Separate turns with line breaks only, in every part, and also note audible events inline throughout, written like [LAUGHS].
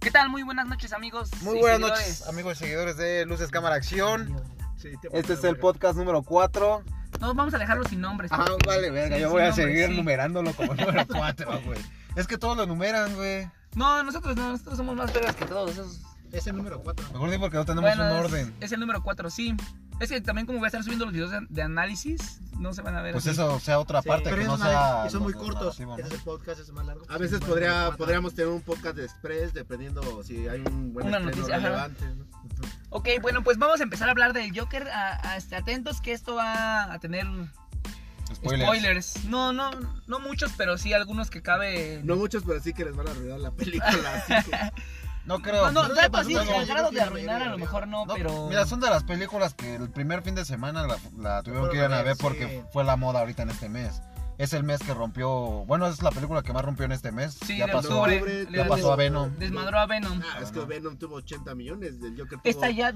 ¿Qué tal? Muy buenas noches, amigos.
Muy
y
buenas
seguidores.
noches, amigos y seguidores de Luces Cámara Acción.
Sí, te-
Este es el podcast número 4.
No, vamos a dejarlo sin nombres.
Ah,
porque-
vale, verga,
Sí,
yo
sí,
voy a
nombre,
seguir
sí.
numerándolo como número 4, güey. Es que todos lo numeran, güey.
No, nosotros no, nosotros somos más vergas que todos esos.
Es el número 4.
Mejor di porque no tenemos
Bueno,
un
es-
orden.
Es, el número 4, sí. Es que también como voy a estar subiendo los videos de, de análisis, no se van a ver.
Pues
así.
eso sea otra parte que no sea.
y son muy
no-
cortos.
narrativo, ¿no?
Ese es el podcast, es más largo.
A veces
Sí,
podría,
bueno,
podríamos tener un podcast de express dependiendo si hay un buen
Una
estreno
noticia, ajá.
relevante. ¿no?
Ok, bueno, pues vamos a empezar a hablar del Joker. A, a- este, atentos que esto va a tener spoilers.
Spoilers.
No, no, no muchos, pero sí algunos que cabe.
No muchos, pero sí que les van a arruinar
[LAUGHS]
la película. así que-
No creo.
no, no,
no,
tanto
no,
así,
no,
al
no,
grado
yo
de
creo que
arruinar a lo
no,
mejor no,
No,
pero.
Mira, son de las películas que el primer fin de semana la, la tuvieron que ir a
Fueron a
ver
ver,
porque
sí.
fue la moda ahorita en este mes. Es el mes que rompió. Bueno, es la película que más rompió en este mes.
Sí,
ya
de
pasó.
octubre.
Pobre,
le
Ya pasó a Venom.
Desmadró a Venom.
Ah, es que Venom tuvo 80 millones, del Joker tuvo
Esta ya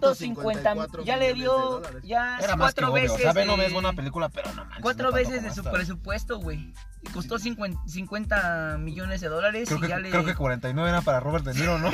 250
254
ya le
millones
dio
de dólares.
ya
Era más que
cuatro
obvio.
veces
O sea, Venom
de-
es buena película, pero no manches.
cuatro
no tanto
veces
como
de su
esta.
presupuesto güey y costó 50, 50 millones de dólares
Creo
y ya
que,
le
creo que 49 era para Robert
[LAUGHS]
De Niro, ¿no?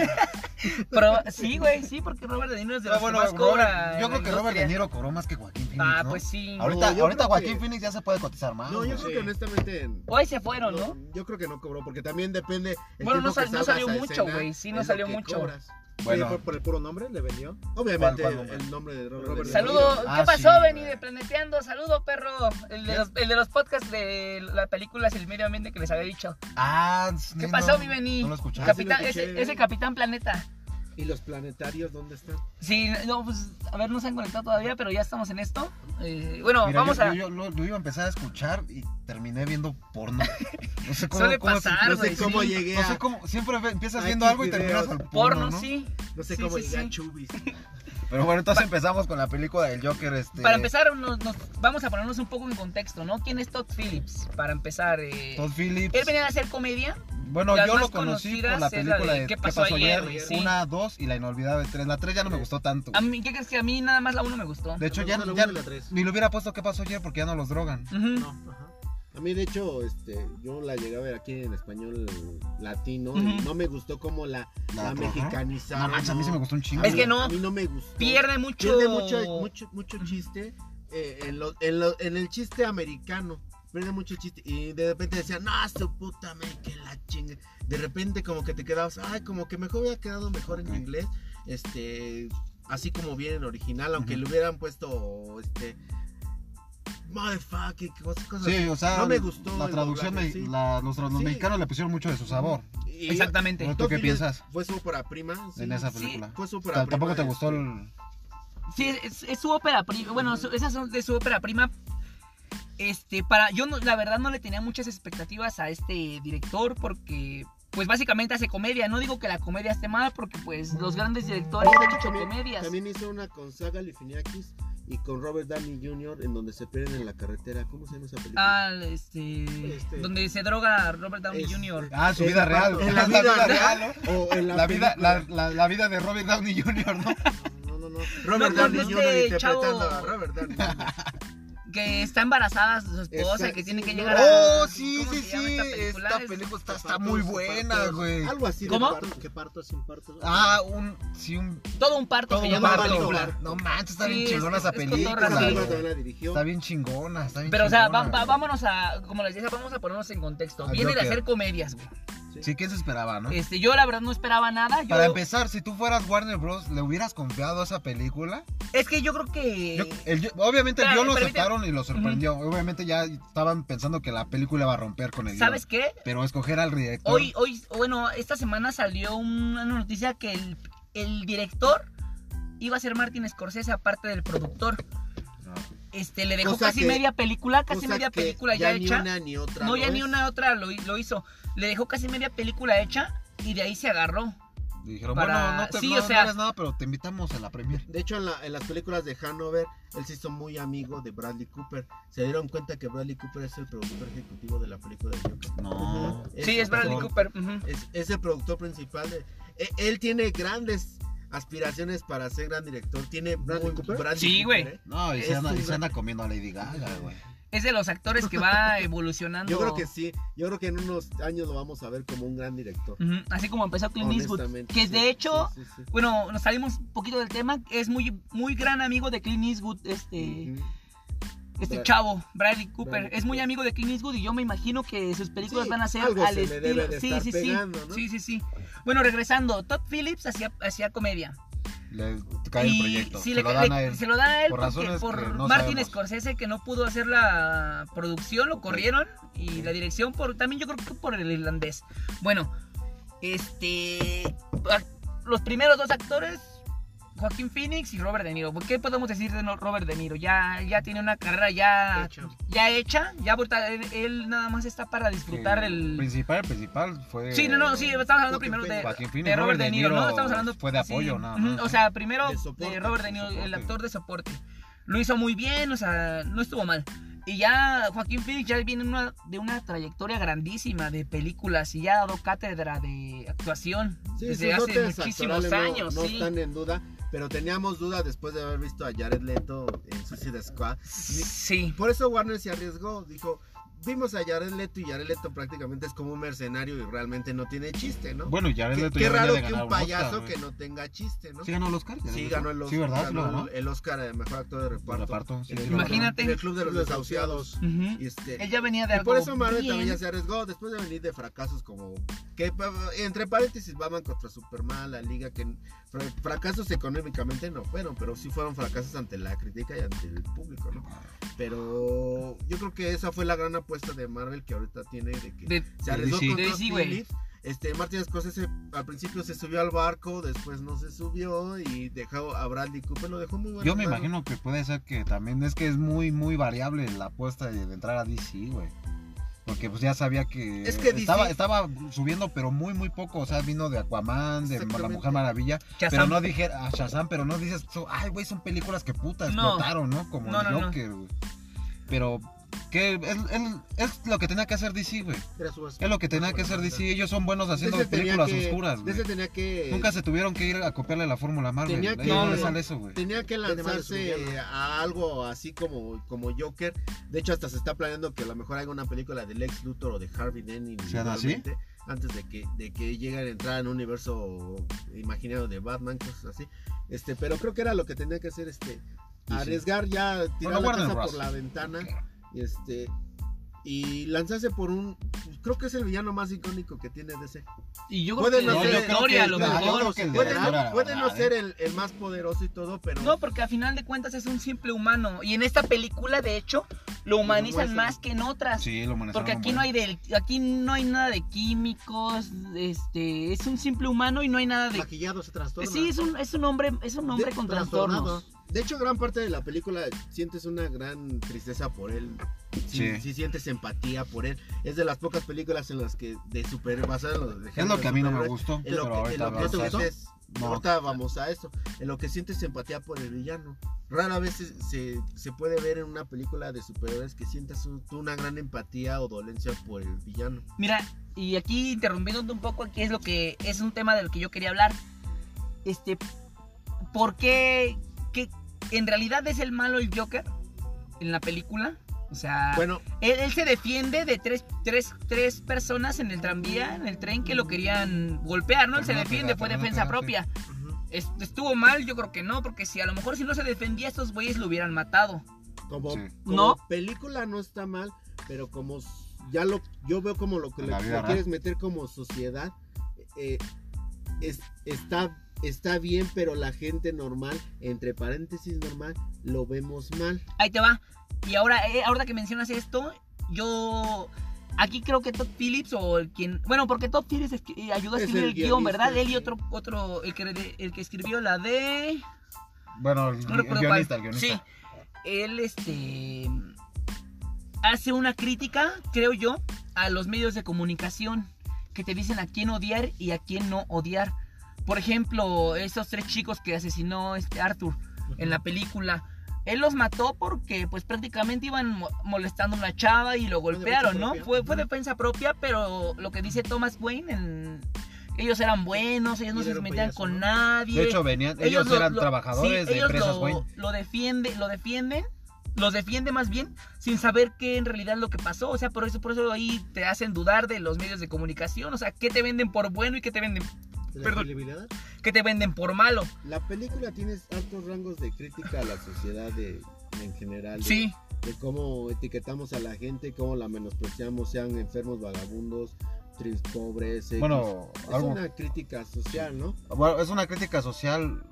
pero sí güey sí porque Robert De Niro es de
Ah,
los
bueno,
que más
Robert-
cobra
yo
en la
creo que Robert De
industria.
Niro cobró más que Joaquín Phoenix,
ah
¿no?
pues sí
Ahorita,
No, yo
ahorita
creo
Joaquín
que-
Phoenix ya se puede cotizar más.
No, yo
güey.
creo que honestamente.
hoy se fueron
no,
no
Yo creo que no cobró, porque también depende. el
Bueno, no
tiempo que
sal- no
salgas
salió
a
mucho,
escena,
güey, sí, no
es lo
salió
que
mucho.
cobras.
Bueno.
Oye, ¿por, por el puro nombre le vendió. Obviamente,
¿Cuál nombre?
el nombre de Robert.
Saludo, ¿qué
Ah, sí,
pasó, Benny
güey.
de Planeteando? Saludo, perro. El de, los, el de los podcasts de la película El Medio Ambiente que les había dicho.
Ah,
¿Qué
sí,
pasó,
no,
mi Benny?
No lo escuchaste.
Capitán,
sí lo
ese,
escuché.
ese Capitán Planeta.
¿Y los planetarios dónde están?
Sí, no, pues, a ver, no se han conectado todavía, pero ya estamos en esto. Eh, bueno,
Mira,
vamos
yo,
a...
Yo, yo- yo iba a empezar a escuchar y terminé viendo porno. No sé cómo.
Suele
cómo se-
pasar,
No
güey.
sé cómo
sí.
llegué
no
a.
sé cómo. Siempre ve- empiezas
Ay,
viendo
qué
algo y terminas
videos.
al porno.
Porno,
¿no?
sí.
No sé
Sí,
cómo
sí,
llegué
sí.
a Chubis.
Pero bueno, entonces empezamos con la película del Joker. Este,
Para empezar, nos, nos- vamos a ponernos un poco en contexto, ¿no? ¿Quién es Todd Phillips? Para empezar, eh,
Todd Phillips.
él venía a hacer comedia.
Bueno,
Las
yo
más
lo conocí por la
conocidas es la
película
de
de ¿Qué pasó ayer?
güey? Sí.
Una, dos y la inolvidable tres. La tres ya no me gustó tanto.
A mí, ¿Qué crees que a mí nada más la uno me gustó?
De hecho,
Me
ya,
gusta la
ya
uno y la tres.
ni lo hubiera puesto ¿Qué pasó ayer? Porque ya no los drogan.
Ujú.
No, ajá. A mí, de hecho, este, yo la llegué a ver aquí en español latino. y
Ujú.
No me gustó como la,
La
la,
troja.
mexicanizaron.
No manches, a mí sí me gustó un chingo.
Es que no.
A mí no me gustó.
Pierde mucho...
Pierde mucho, mucho, mucho chiste eh, en, lo- en lo- en el chiste americano. Pierde mucho chiste. Y de repente decían, no, su puta madre, que la chingue. De repente, como que te quedabas, ay, como que mejor hubiera quedado mejor
Ok.
en inglés. Este, así como viene en original, aunque
Ujú.
le hubieran puesto, este, motherfucking, cosas, cosas
Sí, o sea,
No me gustó
la
el
traducción,
doblaje,
me-
sí.
la- los, los
Sí.
mexicanos le pusieron mucho de su sabor
Y-
Exactamente.
¿Tú qué
Toffee
piensas?
Fue su ópera prima. sí.
en esa
sí,
película.
Fue su
Ta-
ópera prima.
Tampoco te
este,
gustó el...
Sí, es, es su ópera prima. Bueno, su- esas son de su ópera prima. Este, para. Yo no- la verdad no le tenía muchas expectativas a este director porque. Pues básicamente hace comedia. No digo que la comedia esté mal porque pues los grandes directores
Oye, de
han
hecho,
hecho comedias.
También hizo una con Saga Lifiniakis y con Robert Downey Jr. en donde se pierden en la carretera. ¿Cómo se llama esa película?
Al, este,
Este.
donde se droga a Robert Downey
Es-
Jr.
Ah, su
En
vida
la-
real. [LAUGHS]
en la vida real.
¿no?
o en la,
La vida, la,
película.
la- la vida de Robert Downey [LAUGHS] Jr., ¿no?
No, no, no.
No,
Robert
con
Downey
este
Jr. interpretando
chavo-
a Robert Downey Jr.
Que está embarazada su esposa,
Esa-
que tiene que
sí,
llegar a.
Oh, este, sí,
¿cómo
sí,
se llama
sí.
película?
Esta
Es-
película está, está
Partos,
muy buena,
partos,
güey.
Algo así. de
¿Cómo?
parto- que parto sin parto.
Ah, un. Sí, un.
Todo un parto
Todo
se
un
llama la
parto.
película.
película. No manches, está
Sí,
bien
es-
chingona
es-
esa
es
película.
cotorra,
Esa
sí.
película
güey.
también la dirigió.
Está bien chingona, está bien
Pero, o sea, va-
chingona,
va-
güey.
vámonos a. Como les decía, vamos a ponernos en contexto.
Al
Viene de
Joker.
hacer comedias, güey.
Sí, ¿quién se esperaba, no?
Este, yo la verdad no esperaba nada. Yo,
Para empezar, si tú fueras Warner Bros, ¿le hubieras confiado a esa película?
es que yo creo que.
Yo- el yo- obviamente el
claro,
guión lo
permíteme.
aceptaron y lo sorprendió. Obviamente ya estaban pensando que la película iba a romper con el
¿Sabes
guión.
qué?
Pero escoger al director.
Hoy, hoy, bueno, esta semana salió una noticia que el, el director iba a ser Martin Scorsese, aparte del productor.
No.
Este, le dejó
Cosa
casi
que-
media película, casi
Cosa
media
que
película ya,
ni
hecha.
una ni otra.
no, ya
¿no
ni
es?
una otra lo, hi- lo hizo. Le dejó casi media película hecha y de ahí se agarró.
Y Dijeron,
para-
bueno, no te
sí,
no-
o
no
sea-
eres nada, pero te invitamos a la premier.
De hecho, en, la- en las películas de Hanover, él se hizo muy amigo de Bradley Cooper. Se dieron cuenta que Bradley Cooper es el productor ejecutivo de la película de Joker.
No.
sí, es Bradley Cooper. ujú.
Es, es el productor principal. De, e- él tiene grandes aspiraciones para ser gran director. Tiene
¿Bradley
muy-
Cooper?
Bradley
Sí,
Cooper,
güey.
¿eh?
No, y se,
Es
anda, y
un
se
gran-
anda comiendo a Lady Gaga, güey.
es de los actores que
[LAUGHS]
va evolucionando.
Yo creo que sí. Yo creo que en unos años lo vamos a ver como un gran director.
Ujú, Así como empezó Clint Eastwood.
honestamente,
Que
sí,
de hecho,
sí, sí, sí.
bueno, nos salimos un poquito del tema. Es muy, muy gran amigo de Clint Eastwood, este,
Ujú.
este
Bra-
chavo, Bradley Cooper.
Mm, Bradley
es muy
Cooper.
amigo de Clint Eastwood y yo me imagino que sus películas
Sí,
van a ser
algo
al
se le
estilo.
debe de
sí,
estar
sí,
pegando,
sí.
¿no?
Sí, sí, sí. Bueno, regresando, Todd Phillips hacía, hacía comedia.
Le cae el
Y
proyecto.
sí,
se
le-
lo dan
le-
a él.
se lo dan a él
Por
porque
razones
por
que no
Martin
sabemos.
Scorsese que no pudo hacer la producción, lo corrieron y
Ok.
la dirección por también yo creo que por el irlandés. Bueno, este a- los primeros dos actores Joaquín Phoenix y Robert De Niro. Pues, ¿Qué podemos decir de no- Robert De Niro? Ya, ya tiene una carrera ya
Hecha.
ya hecha, ya ahorita él, él nada más está para disfrutar el
Eh, Principal, principal fue.
Sí, no, no, sí, estamos hablando
Joaquín
primero de,
Joaquín Phoenix,
de Robert De Niro, ¿no? Estamos hablando
Fue de
sí,
apoyo, nada
ujú,
más.
O sea, primero
De soporte,
de Robert De
de
Niro, el
soporte.
actor de soporte. Lo hizo muy bien, o sea, no estuvo mal. Y ya Joaquín Phoenix ya viene una- de una trayectoria grandísima de películas y ya ha dado cátedra de actuación
Sí,
desde
sus
hace
dotes
muchísimos
actorales
años,
No, no
sí.
están en duda, pero teníamos duda después de haber visto a Jared Leto en Suicide Squad.
Sí.
Por eso Warner se arriesgó, dijo, vimos a Jared Leto y Jared Leto prácticamente es como un mercenario y realmente no tiene chiste, ¿no?
Bueno, ya
qué,
Leto
qué
ya venía
raro
de
que
ganar
un payaso
Oscar,
que
güey.
no tenga chiste, ¿no?
Sí ganó el Oscar. Jared
Sí,
Leto.
ganó el Oscar,
Sí, ¿verdad? Sí lo
ganó
ganó.
el Oscar de mejor actor de reparto.
reparto, sí,
en el
sí,
lo ganó. Imagínate.
En el Club de los
Los
Desahuciados.
Ujú.
Y este,
Él ya venía de
y
algo
por eso Marvel también
bien.
ya se arriesgó después de venir de fracasos como que pa- entre paréntesis Batman contra Superman, la liga que fra- fracasos económicamente no fueron, pero sí fueron fracasos ante la crítica y ante el público, ¿no? Pero yo creo que esa fue la gran apuesta de Marvel que ahorita tiene de que
De-
se arriesgó
DC.
con
De
Todd
DC, güey.
Phillips. Este, Martin Scorsese al principio se subió al barco, después no se subió y dejó a Bradley Cooper, lo dejó muy bueno.
Yo me imagino que puede ser que también es que es muy, muy variable la apuesta de, de entrar a DC, güey. Porque pues ya sabía que,
Es que DC
estaba, estaba subiendo, pero muy, muy poco. O sea, vino de Aquaman, de La
Exactamente.
Mujer Maravilla. Pero
Shazam.
no dije a Shazam, pero no dices, so- ay, güey, son películas que puta
No.
explotaron, ¿no? Como
No, no, no.
Joker, güey. Pero que es, es- es lo que tenía que hacer DC, güey.
Era su
Es lo que tenía que hacer DC. Ellos son buenos haciendo
Entonces tenía
películas
que-
oscuras, güey.
entonces tenía que
Nunca se tuvieron que ir a copiarle la fórmula a Marvel.
Tenía
A
que-
ellos no les
no,
sale eso, güey.
Tenía que
Además de su
lanzarse
villano.
a algo así como, como Joker. De hecho, hasta se está planeando que a lo mejor haga una película de Lex Luthor o de Harvey Dent
¿Sean así?
individualmente, antes de que, de que lleguen a entrar en un universo imaginario de Batman, cosas así. Este, pero creo que era lo que tenía que hacer, este, arriesgar ya, tirar la
Warner
casa
Bros.
por la ventana, este, y lanzarse por un, pues, creo que es el villano más icónico que tiene DC.
Y yo creo
Puede
que
no
no,
ser-
de
yo creo
Gloria,
que-
a lo
no, yo
mejor.
creo
que de
Puede,
verdad,
no,
la
puede no
verdad,
ser el, el más poderoso y todo, pero
No, porque a final de cuentas es un simple humano. Y en esta película, de hecho, lo humanizan
muestran.
más que en otras.
Sí, lo manejaron
Porque aquí
muy
no hay
bien.
del, aquí no hay nada de químicos, este, es un simple humano y no hay nada de.
Maquillado se trastorna.
Sí, es un, es un hombre, es un hombre
De-
con
trastornado.
trastornos.
De hecho, gran parte de la película sientes una gran tristeza por él. Sí.
Sí.
sí sientes empatía por él. Es de las pocas películas en las que de super basadas en los de
Es
género
lo
de
que a mí no me
superhéroes,
gustó.
En lo
Pero
que, en
ahorita
lo que
hablamos de eso.
sientes-
No.
ahorita vamos a eso. En lo que sientes empatía por el villano. Rara vez se, se- se puede ver en una película de superhéroes que sientas un- tú una gran empatía o dolencia por el villano.
Mira, y aquí interrumpiéndote un poco, aquí es lo que es un tema del que yo quería hablar. Este, ¿por qué que en realidad es el malo el Joker en la película? O sea,
Bueno,
Él, él se defiende de tres, tres, tres personas en el tranvía, en el tren que lo querían golpear, ¿no? Él se
Terminó
defiende,
pegado,
fue
terminó
defensa
pegado,
propia.
Ujú.
Es- Estuvo mal, yo creo que no, porque si a lo mejor si no se defendía, estos güeyes lo hubieran matado.
como,
Sí.
como
¿No?
película no está mal, pero como s- ya lo yo veo como lo que
En
le-
la vida
lo
real.
quieres meter como sociedad eh, es- está está bien, pero la gente normal, entre paréntesis normal, lo vemos mal.
Ahí te va. Y ahora, eh, ahora que mencionas esto, yo. Aquí creo que Todd Phillips o el quien. Bueno, porque Todd Phillips es- eh, ayudó a
Es
escribir
el
el, guión,
guionista,
¿verdad? Él y
sí.
otro. otro el, que, el que escribió la de.
Bueno, el,
No
el
recuerdo
guionista, el
cuál.
guionista.
Sí. Él, este. Hace una crítica, creo yo, a los medios de comunicación que te dicen a quién odiar y a quién no odiar. Por ejemplo, esos tres chicos que asesinó este Arthur en la película. Él los mató porque pues prácticamente iban mo- molestando a una chava y lo golpearon, ¿no?
propia.
Fue, fue
Ujú.
defensa propia, pero lo que dice Thomas Wayne, en- ellos eran buenos, ellos no
Y
se
era un
metían
payaso,
con
¿no?
nadie
De hecho, venían, ellos,
lo-
eran
lo-
trabajadores
sí,
de
ellos
empresas,
lo,
güey.
lo defienden, lo defienden los defiende más bien sin saber qué en realidad es lo que pasó. O sea, por eso, por eso ahí te hacen dudar de los medios de comunicación. O sea, qué te venden por bueno y qué te venden,
de la
Perdón.
credibilidad.
qué te venden por malo.
La película tiene altos rangos de crítica a la sociedad de, en general. de-
Sí,
de cómo etiquetamos a la gente, cómo la menospreciamos, sean enfermos, vagabundos, tris, pobres. X.
Bueno,
pues, es
algo-
una crítica social, ¿no?
bueno, es una crítica social.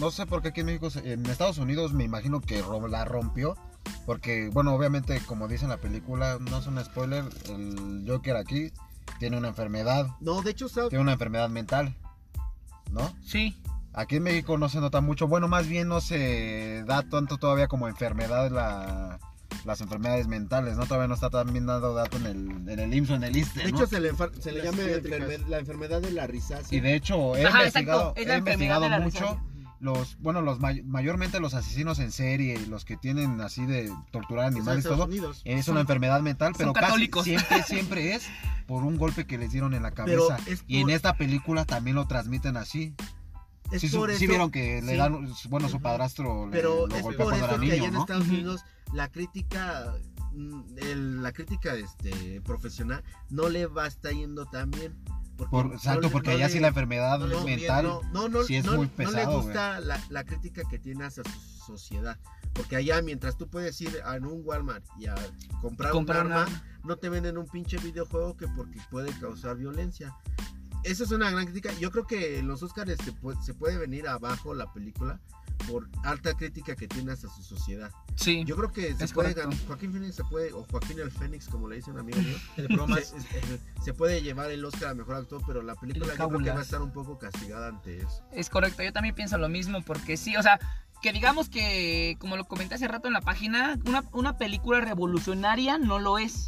No sé por qué aquí en México, se- en Estados Unidos me imagino que ro- la rompió. Porque, bueno, obviamente, como dice en la película, no es un spoiler, el Joker aquí tiene una enfermedad,
No, de hecho, ¿sabes?
tiene una enfermedad mental, ¿no?
sí.
Aquí en México no se nota mucho. Bueno, más bien no se da tanto todavía como enfermedad la- las enfermedades mentales, ¿no? Todavía no está tan bien dado dato en el, en el IMSS o en el ISSTE,
De
¿no?
hecho, se le, enfar- se le
Las
llama
críticas.
enferme- la enfermedad de la risacia.
Y de hecho, he
Ajá,
investigado,
exacto, es
he
la enfermedad
investigado
de la
mucho.
resaca.
Los, bueno, los may- mayormente los asesinos en serie, los que tienen así de
Que
torturar
sea de
animales y
Estados
todo,
Unidos.
es
Son-
una enfermedad mental,
son
pero casi
católicos.
[LAUGHS]
siempre, siempre es por un golpe que les dieron en la
Pero
cabeza.
es
Y en
por-
esta película también lo transmiten así.
es
sí, su-
por
sí
eso-
vieron que le
sí.
dan, bueno, su
Ujú.
padrastro le-
Pero
lo
es
golpeó
por
cuando era
eso que allá
niño,
en
¿no?
Estados
Ujú.
Unidos la crítica, mm, el- la crítica este, profesional no le va a estar yendo tan bien. Porque
Por-
no
exacto,
le-
porque
no
allá
le-
sí la enfermedad
no, no,
mental.
no, no, no,
sí es
no-
muy
no
pesado,
le
güey.
gusta la, la crítica que tiene hacia su sociedad. Porque allá, mientras tú puedes ir a un Walmart y a comprar,
Comprar
un
una-
arma, no te venden un pinche videojuego que porque puede causar violencia. Esa es una gran crítica. Yo creo que en los Oscars se puede, se puede venir abajo la película por alta crítica que tiene hacia su sociedad.
Sí.
Yo creo que se
Es
puede
correcto.
gan- Joaquín Phoenix se puede, o Joaquín el Fénix, como le dice un amigo
[LAUGHS]
mío,
El bromas.
se, eh, se puede llevar el Oscar a mejor actor, pero la película yo creo que
Cábulas.
va a estar un poco castigada ante eso.
Es correcto, yo también pienso lo mismo, porque sí, o sea, que digamos que, como lo comenté hace rato en la página, una, una película revolucionaria no lo es.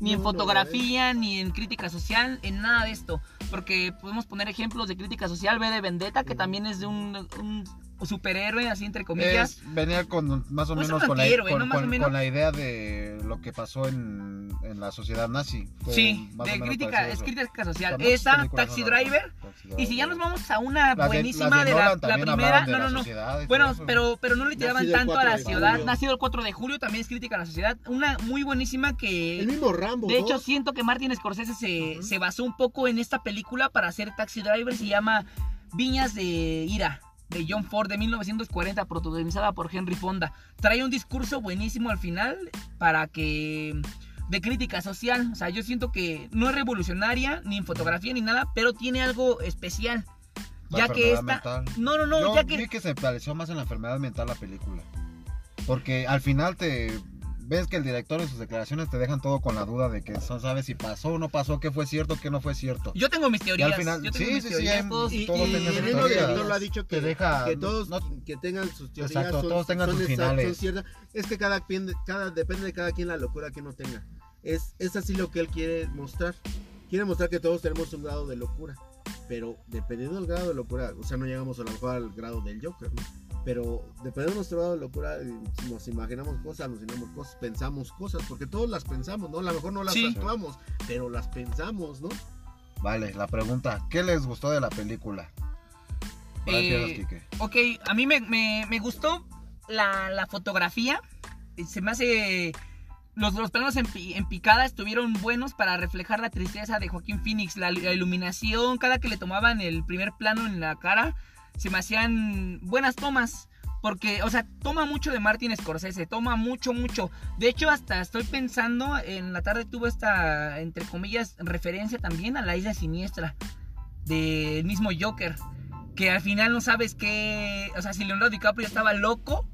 Ni en
No, no lo
fotografía, ni en crítica social, en nada de esto. Porque podemos poner ejemplos de crítica social, B de Vendetta, que
Mm.
también es de un, un superhéroe, así entre comillas.
Es- venía con más o
No es
menos
un
con la,
antihéroe,
con-
¿no? Más o
con-
menos.
con la idea de lo que pasó en, en la sociedad nazi. Fue
sí,
pues, más o
de
menos
crítica,
parecido
es
eso.
crítica social.
También sus
Esa,
películas
Taxi
son-
Driver.
Taxi
Y si ya
Driver.
nos vamos a una
Las de-
buenísima
las
de, la-
Nolan
la,
también
primera,
hablaban de
no,
la
no, no.
sociedad y todo
Bueno,
eso.
pero, pero no le tiraban
Nacido el
tanto a
4
la
de
ciudad.
julio.
Nacido el 4 de julio también es crítica a la sociedad. Una muy buenísima
El
que.
mismo Rambo.
De hecho,
¿no?
siento que Martin Scorsese se,
Ujú.
se basó un poco en esta película para hacer Taxi Driver. Se llama Viñas de Ira, de John Ford, de 1940, protagonizada por Henry Fonda. Trae un discurso buenísimo al final para que. de crítica social. O sea, yo siento que no es revolucionaria, ni en fotografía, ni nada, pero tiene algo especial.
La
Ya que esta.
enfermedad mental.
No, no, no,
Yo
ya que.
vi que se pareció más en la enfermedad mental la película. Porque al final te ves que el director en sus declaraciones te dejan todo con la duda de que no sabes si pasó o no pasó, qué fue cierto, qué no fue cierto.
Yo tengo mis teorías.
Y al final-
yo tengo
sí,
mis
sí, sí,
teorías.
em-
todos-
Y, y
todos tienen
el
sus
mismo
teorías.
director lo ha dicho que,
Te deja-
que todos
no-
que tengan sus teorías
Exacto,
son,
todos tengan
son
sus
exactas, son
finales.
ciertas. Es que cada quien, cada, depende de cada quien la locura que uno tenga. Es, es así lo que él quiere mostrar. Quiere mostrar que todos tenemos un grado de locura. Pero dependiendo del grado de locura, o sea, no llegamos a lo mejor al grado del Joker, ¿no? Pero dependiendo de nuestro grado de locura, eh, nos imaginamos cosas, nos imaginamos cosas, pensamos cosas, porque todos las pensamos, ¿no? A lo mejor no las
Sí.
actuamos, pero las pensamos, ¿no?
Vale, la pregunta, ¿qué les gustó de la película? Ahora
Eh,
empiezas, Quique.
Ok, a mí me, me- me gustó la, la fotografía. Eh, Se me hace. Los, los planos en, pi- en picada estuvieron buenos para reflejar la tristeza de Joaquín Phoenix. La, la iluminación, cada que le tomaban el primer plano en la cara, se me hacían buenas tomas. Porque, o sea, toma mucho de Martin Scorsese, toma mucho, mucho. De hecho, hasta estoy pensando, en la tarde tuvo esta, entre comillas, referencia también a la isla siniestra del mismo Joker. Que al final no sabes qué, o sea, si Leonardo DiCaprio estaba loco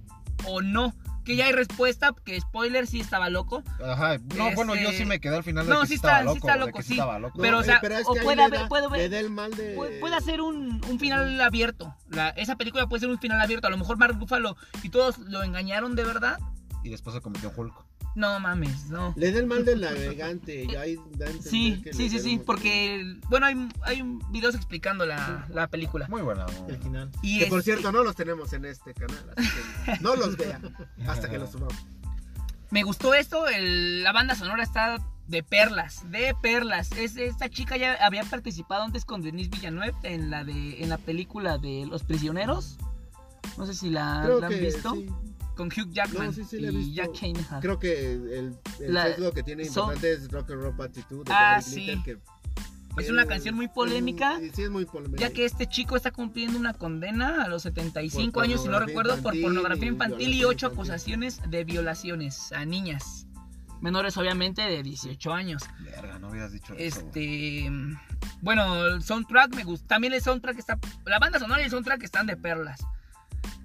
o no. Que ya hay respuesta, que spoiler, sí estaba loco.
Ajá, no, bueno, yo
ese-
sí me quedé al final de
este, No,
que
sí
estaba
está- sí
loco,
está
de que
loco,
sí
sí.
estaba loco.
Pero,
eh,
o sea, o
ahí
puede
le
haber-
da-
puede haber-
le da el mal de.
Pu- puede hacer un, un final abierto. La- esa película puede ser un final abierto. A lo mejor Mark Ruffalo y todos lo engañaron de verdad.
Y después se convirtió en Hulk.
No mames, no.
Le da el mal del navegante. y ahí da a entender
Sí,
que
sí,
le
sí,
da
sí.
un-
Porque, bueno, hay, hay videos explicando la, la película.
Muy buena. muy
El
buena.
final.
Y
Que por
este,
cierto, no los tenemos en este canal. Así que no
[LAUGHS]
los vean hasta que los subamos.
Me gustó esto, el- la banda sonora está de perlas, de perlas. Es, esta chica ya había participado antes con Denise Villanueva en la de en la película de Los Prisioneros. No sé si la,
Creo
la Ah, han
que
visto.
sí.
Con con Hugh Jackman
No, sí, sí, la he
y
visto.
Jack Kane.
Creo que el, el
La-
sesgo que tiene
son-
importante es Rock and Roll Attitude. de
Ah,
Gary Glitter,
sí.
que-
Es
que
una
él-
canción muy polémica,
es- sí, es muy polémica.
Ya que este chico está cumpliendo una condena a los 75
Por
años, si no
pornografía
recuerdo, por
infantil
pornografía
y
infantil y
violación
8
infantil.
acusaciones de violaciones a niñas. Menores, obviamente, de 18 años.
Verga, no hubieras dicho eso. güey.
Este. Bueno, el soundtrack me gusta. También el soundtrack está. La banda sonora y el soundtrack están de perlas.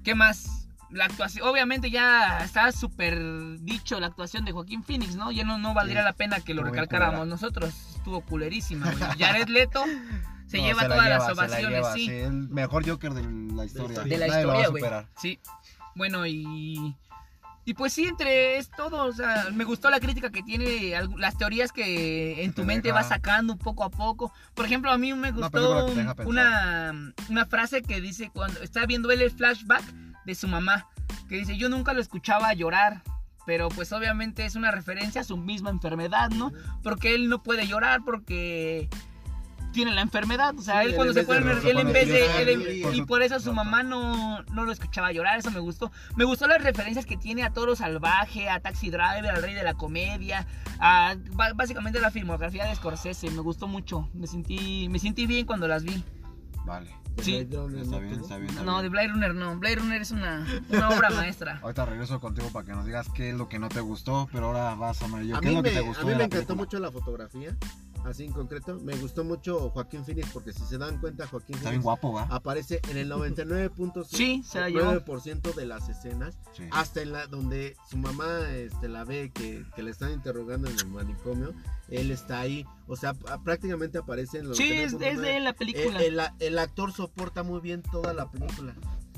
¿Qué más? La actuación. Obviamente ya está súper dicho la actuación de Joaquín Phoenix, ¿no? Ya no, no valdría
Sí,
la pena que lo
estuvo bien
recalcáramos
culera.
nosotros. Estuvo culerísima, güey. Jared
[LAUGHS]
Leto se
No,
lleva
la
todas las
lleva, se la
ovaciones,
lleva,
sí.
El mejor Joker de la historia.
historia.
de la
Nadie lo va a
historia, güey.
superar.
Sí. Bueno, y. Y pues sí, entre es todo, o sea, me gustó la crítica que tiene, algu- las teorías que en tu
Te
mente
deja-
vas sacando poco a poco. Por ejemplo, a mí me
película
gustó
que te deja
un- una, una frase que dice cuando está viendo él el flashback de su mamá, que dice, yo nunca lo escuchaba llorar, pero pues obviamente es una referencia a su misma enfermedad, ¿no? Porque él no puede llorar porque tiene la enfermedad, o sea,
Sí,
él
él
cuando
en
se
vez de
pone
re-
nervioso, él en vez de... él en-
reconocer-
por
y
su-
por eso su
Exacto.
mamá no, no lo escuchaba llorar, eso me gustó. Me gustó las referencias que tiene a Toro Salvaje, a Taxi Driver, al Rey de la Comedia, a ba- básicamente la filmografía de Scorsese, me gustó mucho. Me sentí, me sentí bien cuando las vi.
Vale.
Sí.
Blade Runner,
Está
¿no?
bien, está bien. está
No, de
bien.
Blade Runner no, Blade Runner es una, una obra
[LAUGHS]
maestra.
Ahorita regreso contigo para que nos digas qué es lo que no te gustó, pero ahora vas a Amarillo.
A
¿Qué es
mí,
lo
me,
que te
a
gustó?
mí
de
me
la
encantó
película?
mucho la fotografía, así en concreto. Me gustó mucho Joaquín Phoenix, porque si se dan cuenta, Joaquín
Está bien
Phoenix
guapo, ¿va?
aparece en el 99.9%
Sí, se la llevó.
de las escenas,
Sí.
hasta en la donde su mamá este, la ve que, que la están interrogando en el manicomio, él está ahí, o sea, p- prácticamente aparece en los
Sí, es, es de él la película.
Eh, el, el- el actor soporta muy bien toda la película.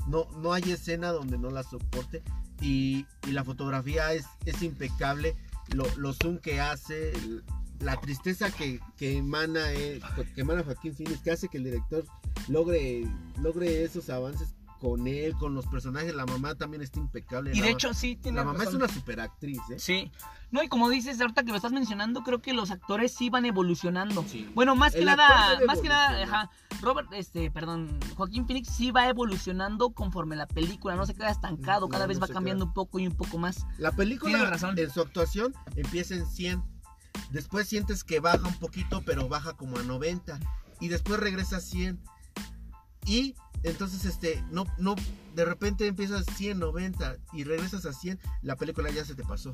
No, no hay escena donde no la soporte. Y, y la fotografía es, es impecable. Lo, lo zoom que hace, el- la tristeza que, que emana, eh, que emana Joaquín Phoenix, que hace que el director logre, logre esos avances con él, con los personajes. La mamá también está impecable.
Y
Este, la
de
ma-
hecho sí tiene
la mamá es
razón.
una superactriz, ¿eh?
Sí. No, y como dices ahorita que lo estás mencionando, creo que los actores sí van evolucionando.
Sí.
Bueno, más que
El
nada,
actor debe
más que nada,
evolucionar.
ajá, Robert, este, perdón, Joaquín Phoenix sí va evolucionando conforme la película, no se queda estancado,
No,
cada vez
no
va
se
cambiando un poco y un poco más.
La película
Tienes razón.
en su actuación empieza en 100. Después sientes que baja un poquito, pero baja como a 90. Y después regresa a 100. Y entonces, este, no, no, de repente empiezas 190 y regresas a 100. La película ya se te pasó.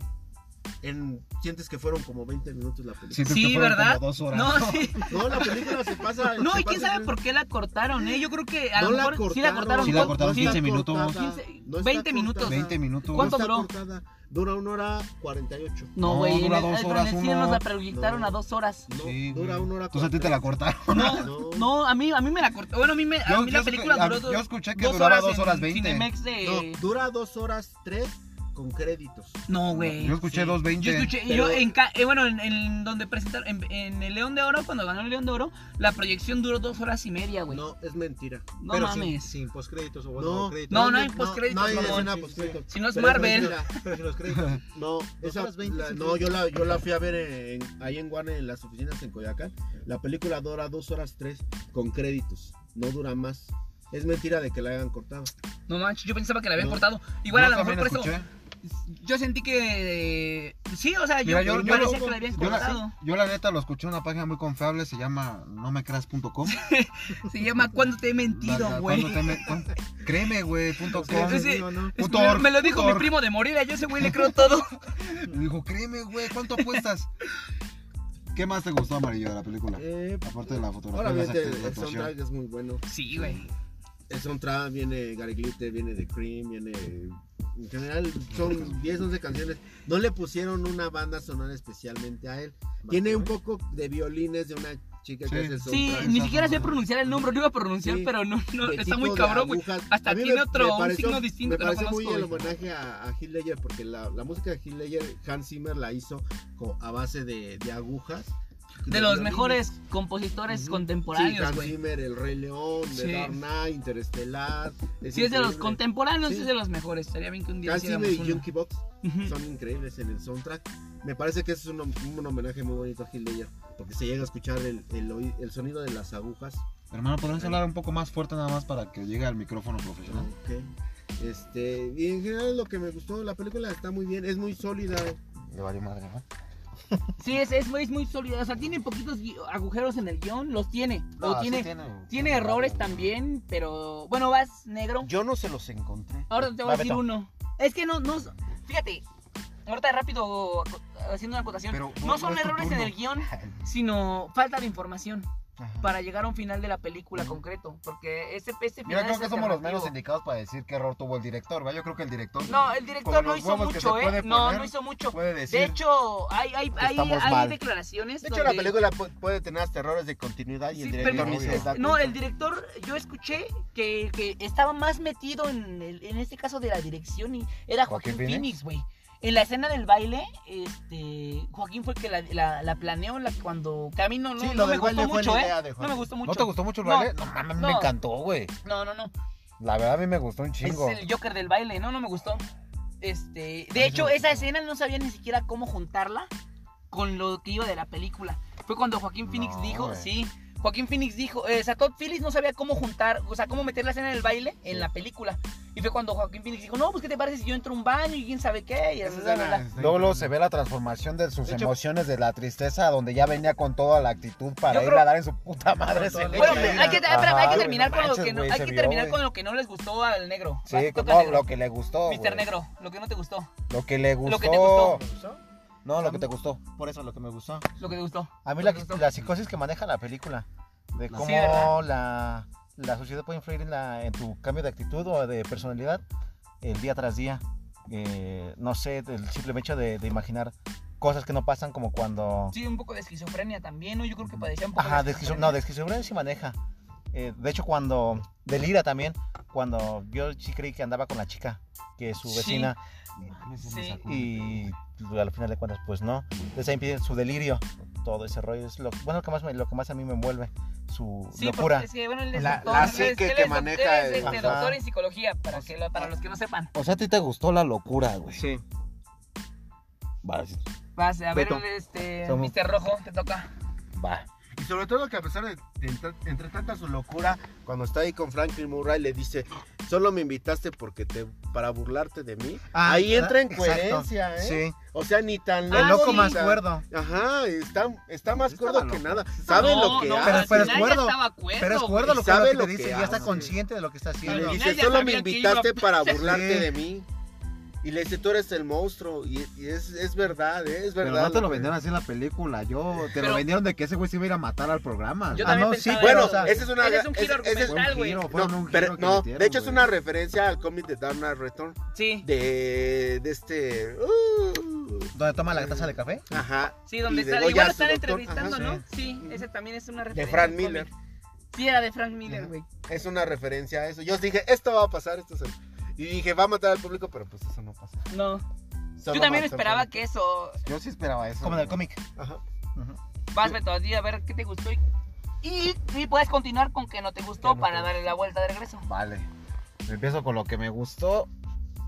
En, sientes que fueron como 20 minutos la película.
Sientes
Sí,
que fueron
¿verdad?
como dos horas. [LAUGHS]
No,
[LAUGHS]
sí.
No, la película se pasa.
no,
se
y quién
pasa
sabe por qué la cortaron, eh. Yo creo que a
No
lo mejor sí la cortaron,
Sí la
poco,
cortaron
sí,
15
minutos.
minutos.
15, 20 minutos.
20 minutos.
¿Cuánto
está
duró?
cortada. Dura una hora 48.
No,
No,
güey, en,
dura
el-
dos
en
horas,
el cine
uno.
nos la proyectaron
No.
a dos horas.
No,
Sí, güey.
dura una hora
Entonces a ti te la cortaron.
No,
[LAUGHS] No.
no, a mí, a mí me la cortó. Bueno, a mí, me, a
Yo-
mí
yo
la
escuché-
película
a-
duró do-
Yo escuché que
dos
duraba
horas
dos horas
en
20.
Cinemex de...
No, dura dos horas tres con créditos.
No, güey.
Yo escuché
Sí.
dos
Yo
20.
escuché,
Pero-
yo en, ca- eh, bueno, en, en donde presentaron, en, en el León de Oro, cuando ganó el León de Oro, la proyección duró dos horas y media, güey. No,
No, es mentira.
Pero sin,
mames.
sin postcréditos o
No.
no créditos.
No, no hay postcréditos,
No, no hay
Pues mamón.
escena
Sí, sí, sí.
postcréditos.
Si no es
Pero
Marvel.
mentira.
Pero sin los créditos.
No, esa-
horas veinte,
la-
sí,
no
sí.
yo, la, yo la fui a ver en- en- ahí en Guane, en las oficinas en Coyacán. La película dura dos horas tres con créditos. No dura más. Es mentira de que la hayan cortado.
No manches, yo pensaba que la habían
No.
cortado. Igual
Yo
a lo mejor
también
por eso.
escuché.
Yo sentí que. Sí, o sea, yo,
Mira, yo- yo
parecía
lo-
que la habían
Yo
cortado.
la, yo la neta lo escuché en una página muy confiable, se llama nomecreas.com.
Se llama Cuando te he
La-
mentido,
la-
güey.
cuando te me- cuan- Créeme, güey, punto
Sí,
com.
sí, sí.
No, no.
Es que
Puto
me,
or-
me lo dijo
puto
mi
or-
primo de Morelia, yo a ese güey le creo todo.
Le dijo, créeme, güey, ¿cuánto apuestas? ¿Qué más te gustó, Amarillo, de la película?
Eh,
Aparte de la fotografía, las
este,
obviamente
actu-
el
la actuación.
soundtrack es muy bueno.
Sí, güey.
El soundtrack viene Gary Glitter, viene de Cream, viene. En general son 10, 11 canciones. No le pusieron una banda sonora especialmente a él. Tiene un poco de violines de una chica que
Sí.
hace el
Sí,
soundtrack.
ni
esa
siquiera sé
mamá.
pronunciar el nombre, lo iba a pronunciar,
Sí.
pero no, no,
De
está
tipo
muy
de
cabrón, güey.
agujas.
Hasta
A mí
tiene otro- un
pareció-
signo distinto
Me
que no
parece muy
conozco,
el
güey.
homenaje a, a Heath Ledger porque la, la música de Heath Ledger, Hans Zimmer la hizo co- a base de, de agujas.
De los
violines.
mejores compositores
Ujú. Sí,
contemporáneos,
Hans
güey.
Zimmer, El Rey León, The
Sí.
Dark Knight, Interestelar.
Si es de los
increíble.
contemporáneos,
Sí.
es de los mejores. Estaría bien que un día
Hans
hiciéramos
Zimmer y
uno.
Junkie Box
Ujú.
son increíbles en el soundtrack. Me parece que es un, hom- un homenaje muy bonito a Heath Ledger porque se llega a escuchar el, el oí- el sonido de las agujas.
Hermano, ¿podrías hablar un poco más fuerte nada más para que llegue al micrófono profesional?
Ok. Este, y en general lo que me gustó, la película está muy bien, es muy sólida. eh.
Le valió madre, ¿no?
Sí, es, es, muy- es muy sólida. O sea, tiene poquitos gui- agujeros en el guión. Los tiene. o
Ah, sí
tiene, tiene, errores también, pero. Bueno, vas negro.
Yo no se los encontré.
Ahora te voy a
Va,
decir
Beto.
uno. Es que no, no. Fíjate. Ahorita rápido haciendo una acotación.
Pero
no
no
son
es tu
errores en
turno.
el guión, sino falta de información
Ajá.
para llegar a un final de la película concreto. Porque ese, este final.
Mira, creo
es
que somos los
alternativo.
menos indicados para decir qué error tuvo el director, ¿va? Yo creo que el director
No, el director
Con
no
los
hizo
huevos que
mucho,
se
¿eh?
puede
No,
poner,
no hizo mucho.
puede decir.
De hecho, hay, hay, hay,
estamos
hay
mal.
declaraciones.
De hecho, la
donde-
película pu- puede tener hasta errores de continuidad y
Sí,
el director
pero-
ni se da
No,
cuenta.
el director, yo escuché que, que estaba más metido en, el- en este caso de la dirección y era Joaquín,
¿Joaquín
Phoenix,
Phoenix?
güey. En la escena del baile, este, Joaquín fue el que la, la, la planeó la- cuando camino. No,
Sí, lo
no me
del baile
gustó
fue la
mucho, ¿eh?
idea de
No me
Joaquín.
gustó mucho.
¿No te gustó mucho el
No.
baile? No, mames, a mí me
No.
encantó, güey.
No, no, no.
La verdad a mí me gustó un chingo.
Es el Joker del baile, no, no me gustó. Este, de hecho, esa escena no sabía ni siquiera cómo juntarla con lo que iba de la película. Fue cuando Joaquín Phoenix
No,
dijo,
güey.
sí, Joaquín Phoenix dijo, eh, o sea, Todd Phillips no sabía cómo juntar, o sea, cómo meter la escena del baile en la película. Y fue cuando Joaquín Phoenix dijo, no, pues qué te parece si yo entro a un baño y quién sabe qué. Y
Esa
bla, bla, bla.
escena está
Luego, luego
increíble.
se ve la transformación de sus
De hecho-
emociones, de la tristeza, donde ya venía con toda la actitud para
Yo
ir
creo-
a dar en su puta madre. ese
Bueno,
güey.
Bueno,
Ey,
pero
mira.
hay que, espera,
Ajá,
hay que
güey,
terminar, con,
manches,
lo que no,
güey,
hay
se
que
vio,
terminar
güey.
con lo que no les gustó al negro.
Sí,
Vas, te toca,
no,
negro.
lo que le gustó.
Mister
güey.
Negro, lo que no te gustó,
Lo que le gustó.
Lo que te gustó.
No, lo que te gustó.
Por eso lo que me gustó.
lo que te gustó.
A mí la,
Lo que te gustó.
la psicosis que maneja la película, de cómo
¿verdad?
la, la sociedad puede influir en, la- en tu cambio de actitud o de personalidad el día tras día. Eh, no sé, el simple hecho de, de imaginar cosas que no pasan como cuando...
Sí, un poco de esquizofrenia también, ¿no? Yo creo que padecía un poco
Ajá, de esquizo- no, de esquizofrenia sí maneja. Eh, de hecho, cuando... Delira también, cuando yo sí creí que andaba con la chica, que es su
Sí.
vecina,
Sí.
y al final de cuentas pues no les impide su delirio todo ese rollo es lo bueno lo que más me- lo que más a mí me envuelve su
Sí,
locura
porque es que, bueno, él es
La-
doctor, él
la
es-
psique
él es
que
doc-
maneja
él es,
el-
este,
Ajá.
doctor en psicología, para, que lo- para los que no sepan.
o sea a ti te gustó la locura güey
Sí.
va
Vas, a ver,
Beto.
este,
Somos-
Mr. Rojo, te toca.
va
Y sobre todo que a pesar de, de entre, entre tanta su locura, cuando está ahí con Franklin Murray le dice, solo me invitaste porque te para burlarte de mí.
Ah,
ahí entra en
exacto.
coherencia, ¿eh?
sí
O sea, ni tan
Ah,
el loco
sí.
más
tan-
cuerdo
Ajá, está, está más
Estaba
cuerdo que
loco.
nada. Sabe
No,
lo que
no,
Pero-
al
hace.
pero es
final ya
cuerdo,
estaba cuerdo,
pero es cuerdo
güey.
lo que,
Sabe
lo
lo
que
que
dice ya está
hace.
consciente de lo que está
Y le
Al
haciendo
final
dice,
ya
solo
sabía
me
que iba a
invitaste para
pasar".
burlarte
Sí.
de mí. Y le dice, tú eres el monstruo. Y, y es, es verdad, ¿eh? es
Pero
verdad.
no te lo
que-
vendieron así en la película, yo te
Pero-
lo vendieron de que ese güey se iba a ir a matar al programa.
Yo
güey.
también
Ah, no, sí,
pensaba
pero,
Bueno,
eso,
o sea,
ese es una...
ese es un giro
ese- ese-
argumental, güey.
giro, fueron
No,
un
pero-
giro que
no,
metieron,
de hecho es
güey.
una referencia al cómic de Dark Knight Return.
Sí,
de, de este. uh,
donde toma la taza de café
ajá.
sí, donde
y
está,
luego
igual
ya
lo
su
están
doctor,
entrevistando,
ajá,
¿no?
sí.
Sí, ese también es una referencia.
Frank
al
Miller.
cómic. Sí, era de Frank Miller,
Ajá.
güey.
Es una referencia a eso. Yo dije, esto va a pasar, esto es el- Y dije, va a matar al público, pero pues eso no pasa.
No,
Solo
yo también
mató al
esperaba
público.
que eso...
Yo sí esperaba eso.
como en el
güey.
cómic
Ajá.
Ujú.
Vas, Beto, a ti, a ver qué te gustó y... Y, y puedes continuar con que no te gustó
Que no
para
te
darle la vuelta de regreso.
Vale. Empiezo con lo que me gustó.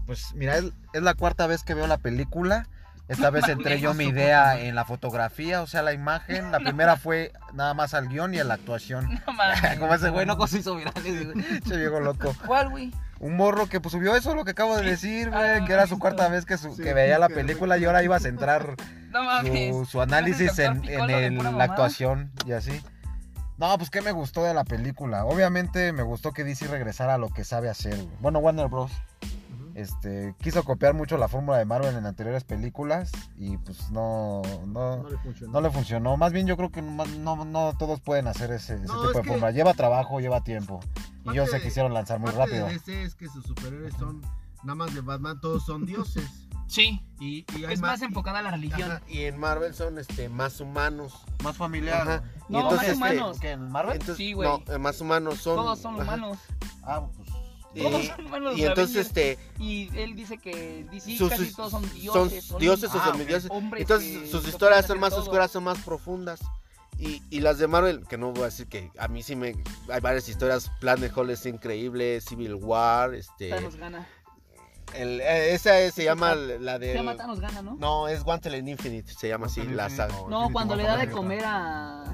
Pues mira, es, es la cuarta vez que veo la película. Esta
[LAUGHS]
vez entré yo mi idea en la fotografía, o sea, la imagen. La primera fue nada más al guión y a la
[LAUGHS]
actuación.
[LAUGHS] No [LAUGHS] mames.
Como ese güey loco se hizo viral. ese güey. Che viejo loco.
¿Cuál, güey?
Un morro que pues, subió eso, lo que acabo
[LAUGHS]
de decir,
Ah,
güey, que era su
listo.
cuarta vez que, su-
Sí,
que veía la
que-
película y ahora iba a centrar
No mames.
su, su análisis
Gracias,
en,
doctor
en
Piccolo, de
el-
pura
la
mamada.
actuación y así. No, pues qué me gustó de la película. Obviamente me gustó que DC regresara a lo que sabe hacer. güey. Bueno, Warner Bros.
Ujú.
Este, quiso copiar mucho la fórmula de Marvel en anteriores películas y pues no, no,
No le funcionó.
no le funcionó. Más bien yo creo que no, no, no todos pueden hacer ese, ese
No,
tipo de
es que-
fórmula. Lleva trabajo, lleva tiempo. Y yo
Parte
sé
de-
que quisieron lanzar muy
Parte
rápido.
de DC es que sus superhéroes son. Nada más de Batman, todos son dioses.
Sí.
Y, y hay
Es
ma-
más enfocada a la
y-
religión.
ajá, y en Marvel son este, más humanos.
Más familiar.
Ajá. Y
No,
entonces,
más
este,
humanos.
que en Marvel
entonces-
Sí, güey.
No, eh, más humanos son.
Todos son
ajá.
humanos.
Ah, pues.
Y,
Todos son humanos.
y
los
entonces,
Avengers.
este.
Y él dice que DC
sus-
casi todos son dioses.
son dioses o
ah,
semidioses.
hombres que
Entonces sus
lo
historias
pueden
son
hacer
más
todo.
oscuras, son más profundas. Y, y las de Marvel, que no voy a decir que a mí sí me... Hay varias historias, Planet Hall es increíble, Civil War, este...
Thanos gana.
el- eh, esa es- se llama la
Se
de...
llama Thanos gana, ¿no?
No, es Guantel Infinite, se llama así, la saga.
No, cuando le da de comer a.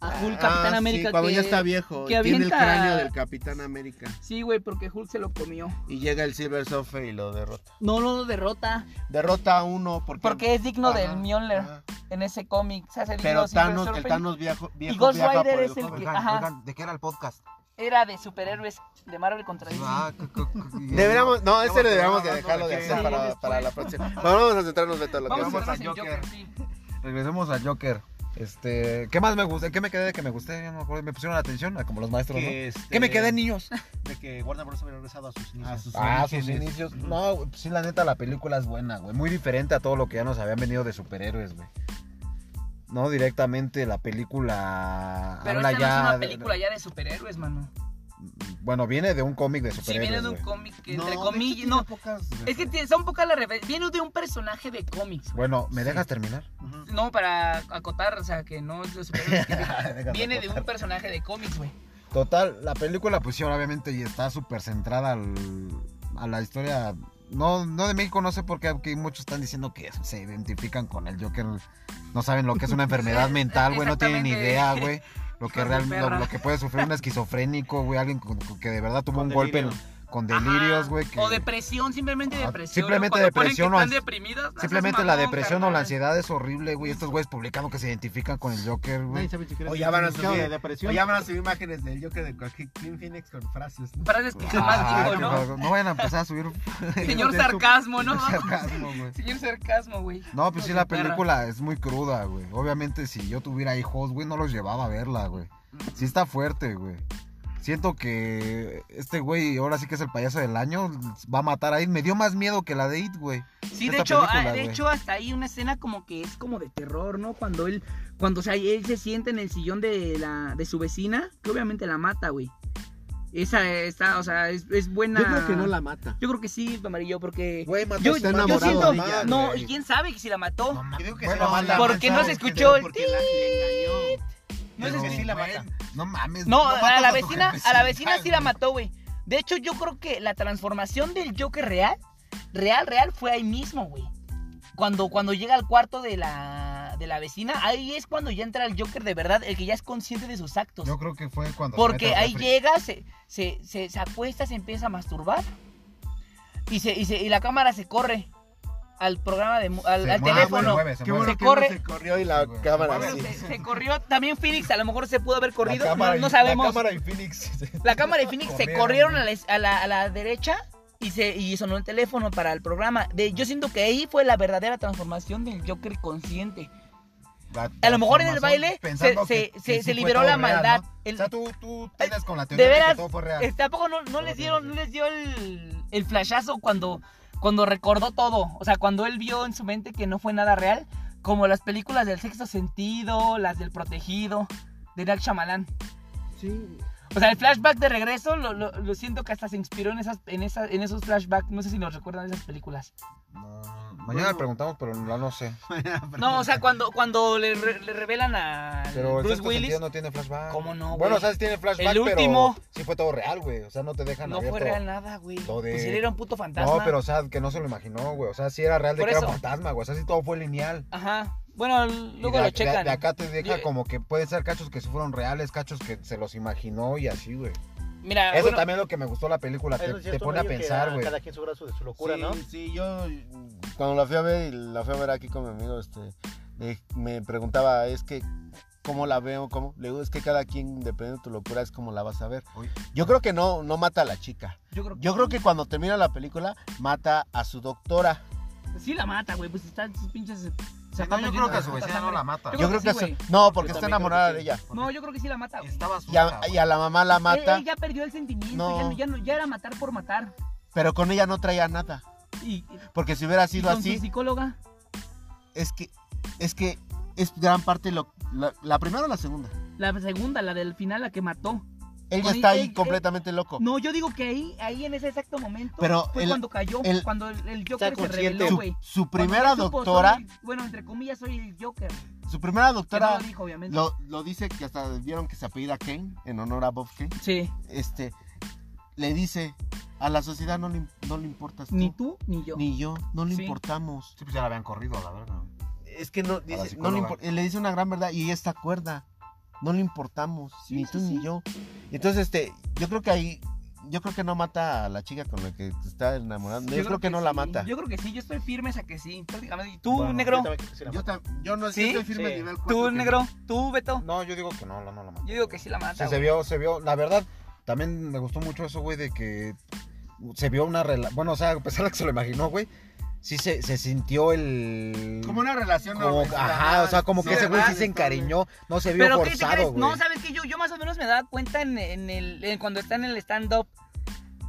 a Hulk Capitán
Ah,
América.
Sí, cuando
que-
ya está viejo.
que
tiene el
avienta-
cráneo del Capitán América.
Sí, güey, porque Hulk se lo comió.
Y llega el Silver Surfer y lo derrota.
No lo derrota.
Derrota a uno porque.
Porque es digno
Ajá,
del Mjolnir
ajá.
en ese cómic. Se hace digno
Pero
Silver
Thanos, el
Surfer.
Thanos viejo, viejo
Ghost
viaja
Rider
por
es el que- ajá.
¿de qué era el podcast?
Era de superhéroes de Marvel contra DC.
Ah, c- c- c-
Deberíamos, no, ese
Vamos a
lo deberíamos de
estar
dejarlo
hablando de
de hacer
que-
para,
después.
para la próxima. Vamos a centrarnos de todo lo que
Vamos a
vamos
Vamos
centrarnos
a
en Joker.
Joker.
sí.
Regresemos a Joker. Este, ¿qué más me gusta? ¿Qué me quedé de que me gusté? Ya no me acuerdo, me pusieron la atención, ah, como los maestros, ¿no?
Que, este,
¿Qué me quedé, niños?
De que Warner Bros. había regresado a sus inicios.
a sus
Ah, sus
orígenes.
inicios. No, güey, pues sí, la neta, la película es buena, güey. Muy diferente a todo lo que ya nos habían venido de superhéroes, güey. No, directamente la película
Pero
habla
esta
ya.
no es una
de-
película ya de superhéroes, mano.
Bueno, viene de un cómic de
Si
superhéroes.
viene de un
güey.
cómic que entre comillas. No, es que
tiene-
tiene- son pocas las referencias. Viene de un personaje de cómics. güey.
Bueno, ¿me dejas terminar?
No, para acotar, o sea, que no es de superhéroes.
[LAUGHS]
que
Ah,
viene de un personaje de cómics, güey.
Total, la película, pues sí, obviamente, y está súper centrada al- a la historia. No, no de México, no sé por qué, aquí muchos están diciendo que se identifican con el Joker. No saben lo que es una enfermedad mental, güey, no tienen ni
Exactamente.
idea, güey. Lo que,
Hijos de
real- lo,
perra.
lo que puede sufrir un esquizofrénico, güey, alguien con- con- que de verdad tuvo
Con
un golpe en-
delirio.
con
Ajá.
delirios, güey. que-
O depresión, simplemente
Ajá,
depresión.
simplemente
Cuando ponen
depresión
que
o
están
ans-
deprimidas, no seas
Simplemente la
mamón,
depresión o
carnal.
la ansiedad es horrible, güey. Estos güeyes publicando que se identifican con el Joker, güey.
Nadie sabe si
O ya van a
significado
subir-
de
O
depresión.
ya van a subir imágenes del Joker de cualquier Kim Phoenix con frases. ¿no?
Frases que jamás
[LAUGHS] Ah,
digo,
qué
¿no?
raro. no vayan a empezar a subir
[LAUGHS] Señor sarcasmo,
[LAUGHS]
¿no?
sarcasmo, güey.
Señor sarcasmo, güey.
No, pues sí,
Hijo de
la
perra.
película es muy cruda, güey. Obviamente, si yo tuviera hijos, güey, no los llevaba a verla, güey. Sí está fuerte, güey. Siento que este güey, ahora sí que es el payaso del año, va a matar a It. Me dio más miedo que la de It, güey.
Sí, de
esta
hecho,
película,
ah, de
güey.
hecho, hasta ahí una escena como que es como de terror, ¿no? Cuando él, cuando, o sea, él se sienta en el sillón de la, de su vecina, que obviamente la mata, güey. Esa está, o sea, es, es buena.
Yo creo que no la mata.
Yo creo que sí, amarillo, porque.
Güey, mató
Yo,
está
yo
enamorado
siento,
de ella,
no,
güey.
y quién sabe que si la mató.
Yo digo que
Bueno,
sí la mata.
porque no se escuchó el.
Porque la, le engañó.
No
Pero,
se
sí la mata.
güey, No mames.
No,
matas
a la
tu
vecina,
jefe,
a la vecina sí la
güey.
mató, güey. De hecho, yo creo que la transformación del Joker real, real, real, fue ahí mismo, güey. Cuando, cuando llega al cuarto de la, de la vecina, ahí es cuando ya entra el Joker de verdad, el que ya es consciente de sus actos.
Yo creo que fue cuando. se
Pues, Porque
mete al
ahí
refri.
llega, se, se, se, se acuesta, se empieza a masturbar. Y, se, y, se- y la cámara se corre al programa de mu- al,
Se
al
mueve,
teléfono.
Se mueve, se
Qué
mueve.
bueno
Se
que
corre.
no se corrió y la
Pues Sí, güey.
cámara
Bueno,
sí.
se, se corrió también Phoenix, a lo mejor se pudo haber corrido,
La
no-
cámara
no,
y-
sabemos.
La cámara y Phoenix.
La cámara de Phoenix se corrieron a la, a la- a la derecha y, se, y sonó el teléfono para el programa. De, yo siento que ahí fue la verdadera transformación del Joker consciente.
La-
A lo mejor en el
transformación,
baile
pensando
se- se-
que-
se-
que
se
fue
liberó
todo
la
real,
maldad.
¿no?
El-
o sea, tú, tú tienes con la
de
teoría de,
veras,
que todo fue real.
Este, ¿Tampoco no, no les dieron, no les dio el, el flashazo cuando, cuando recordó todo? O sea, cuando él vio en su mente que no fue nada real, como las películas del sexto sentido, las del protegido, de Dark Shyamalan.
Sí.
O sea, el flashback de regreso, lo, lo- lo siento que hasta se inspiró en, esas, en, esa- en esos flashbacks. No sé si nos recuerdan esas películas.
No, mañana le preguntamos, pero no, no sé.
No, o sea, cuando, cuando le, re- le revelan a
Pero el
Bruce
sexto
Willis,
sentido no tiene flashback.
¿Cómo no, güey?
Bueno, o sea, sí tiene flashback,
El último.
pero sí fue todo real, güey. O sea, no te dejan
no
abierto.
fue real nada, güey.
Lo de-
Pues él era un puto fantasma.
No, pero o sea, que no se lo imaginó, güey. O sea, sí era real de
Por
que era
eso.
fantasma, güey. O sea, sí todo fue lineal.
Ajá. Bueno,
Y
luego lo
de, a- de a-
checan.
de acá te deja
Yo-
como que pueden ser cachos que sí fueron reales, cachos que se los imaginó y así, güey.
Mira,
Eso
Ah, bueno,
también es lo que me gustó de la película. Te,
Eso es
te
cierto,
pone a
medio que
pensar,
a
güey.
Cada quien su brazo de su locura,
sí,
¿no?
Sí, yo mm, cuando la fui a ver y la fui a ver aquí con mi amigo, este, le- me preguntaba, es que, ¿cómo la veo? ¿Cómo? Le digo, es que cada quien, dependiendo de tu locura, es como la vas a ver.
Uy.
Yo creo que no, no mata a la chica.
yo creo que,
Yo creo que cuando termina la película, mata a su doctora.
sí la mata, güey. Pues están sus pinches. se
Sí,
están
no, yo
llenos
creo que a
de
su
puta
vecina no
sangre.
la mata.
Yo
Yo
creo
creo
que
que
sí,
a su-
güey.
No, porque
también
está
creo
enamorada
que
de
sí. Ah,
ella.
No, yo creo que sí la mata. güey.
Estaba
Y a,
suelta,
y a la mamá la mata,
Él, él ya perdió el sentimiento.
No.
Ya, no- ya, no- ya era matar por matar.
pero con ella no traía nada.
Y,
Porque si hubiera
y
sido
con
así,
su psicóloga.
es que, es que es gran parte lo- la, la primera o la segunda.
La segunda, la del final, la que mató.
Él ya
Con-
está
él-
ahí
él-
completamente loco.
No, yo digo que ahí, ahí en ese exacto momento
Pero
fue
el-
cuando cayó,
el-
cuando el, el Joker se
consciente.
reveló, güey.
Su, su
Cuando
primera
ya supo,
doctora,
soy- bueno, entre comillas, soy el Joker. Que
su primera
no
doctora
lo dijo, obviamente.
lo, lo dice que hasta vieron que se apellida Kane en honor a Bob Kane.
Sí,
Este le dice a la sociedad no le, im- no le importas tú,
ni tú ni yo.
ni yo, no le
Sí.
importamos.
Sí, pues ya la habían corrido, la verdad.
Es que no, dice, no le
psicóloga.
impor- le dice una gran verdad y ella está cuerda.
no le importamos,
Sí,
ni
sí,
tú
sí.
ni yo. Entonces, este, yo creo que ahí, yo creo que no mata a la chica con la que se está enamorando. Yo, creo, que, no la
sí,
mata.
Yo creo que sí, yo estoy firme a que sí. Prácticamente. ¿Y tú,
Bueno,
negro?
Yo, tam- yo no
¿Sí?
estoy firme
Sí.
en nivel cuatro
¿Tú,
que-
negro? ¿Tú, Beto?
No, yo digo que no, no, no la mató.
Yo digo que sí la
O sea,
mata.
se
güey.
vio, se vio, la verdad, también me gustó mucho eso, güey, de que se vio una relación, bueno, o sea, a pesar de que se lo imaginó, güey, sí se, se sintió el...
Como una relación
como- ajá, o sea, como que
Sí,
ese güey sí
¿verdad?
se encariñó, no se vio
Pero ¿qué te
forzado,
crees?
güey.
No, ¿sabes qué? Yo, yo más o menos me daba cuenta en, en el, en cuando está en el stand-up.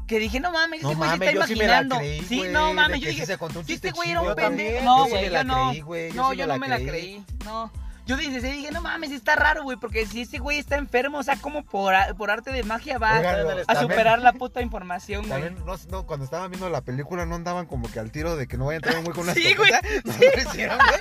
Que dije, no mames,
No
este güey se
mames,
está
yo sí me la
imaginando.
creí, güey,
no
de
mames,
que
yo
sí
dije,
se contó un
si
chiste
este güey era un
chido también,
pendejo- no,
sí me
güey,
la
yo no.
creí, güey, yo
no,
sí
yo no me la creí, no. Yo dije, sí, dije, no mames, está raro, güey, porque si este güey está enfermo, o sea, como por, a- por arte de magia va
Oigan,
a
también-
superar la puta información, güey.
También, no, no, cuando estaban viendo la película no andaban como que al tiro de que no vaya a entrar un güey con
[LAUGHS]
una
Sí,
escopeta. [LAUGHS] No lo hicieron, güey.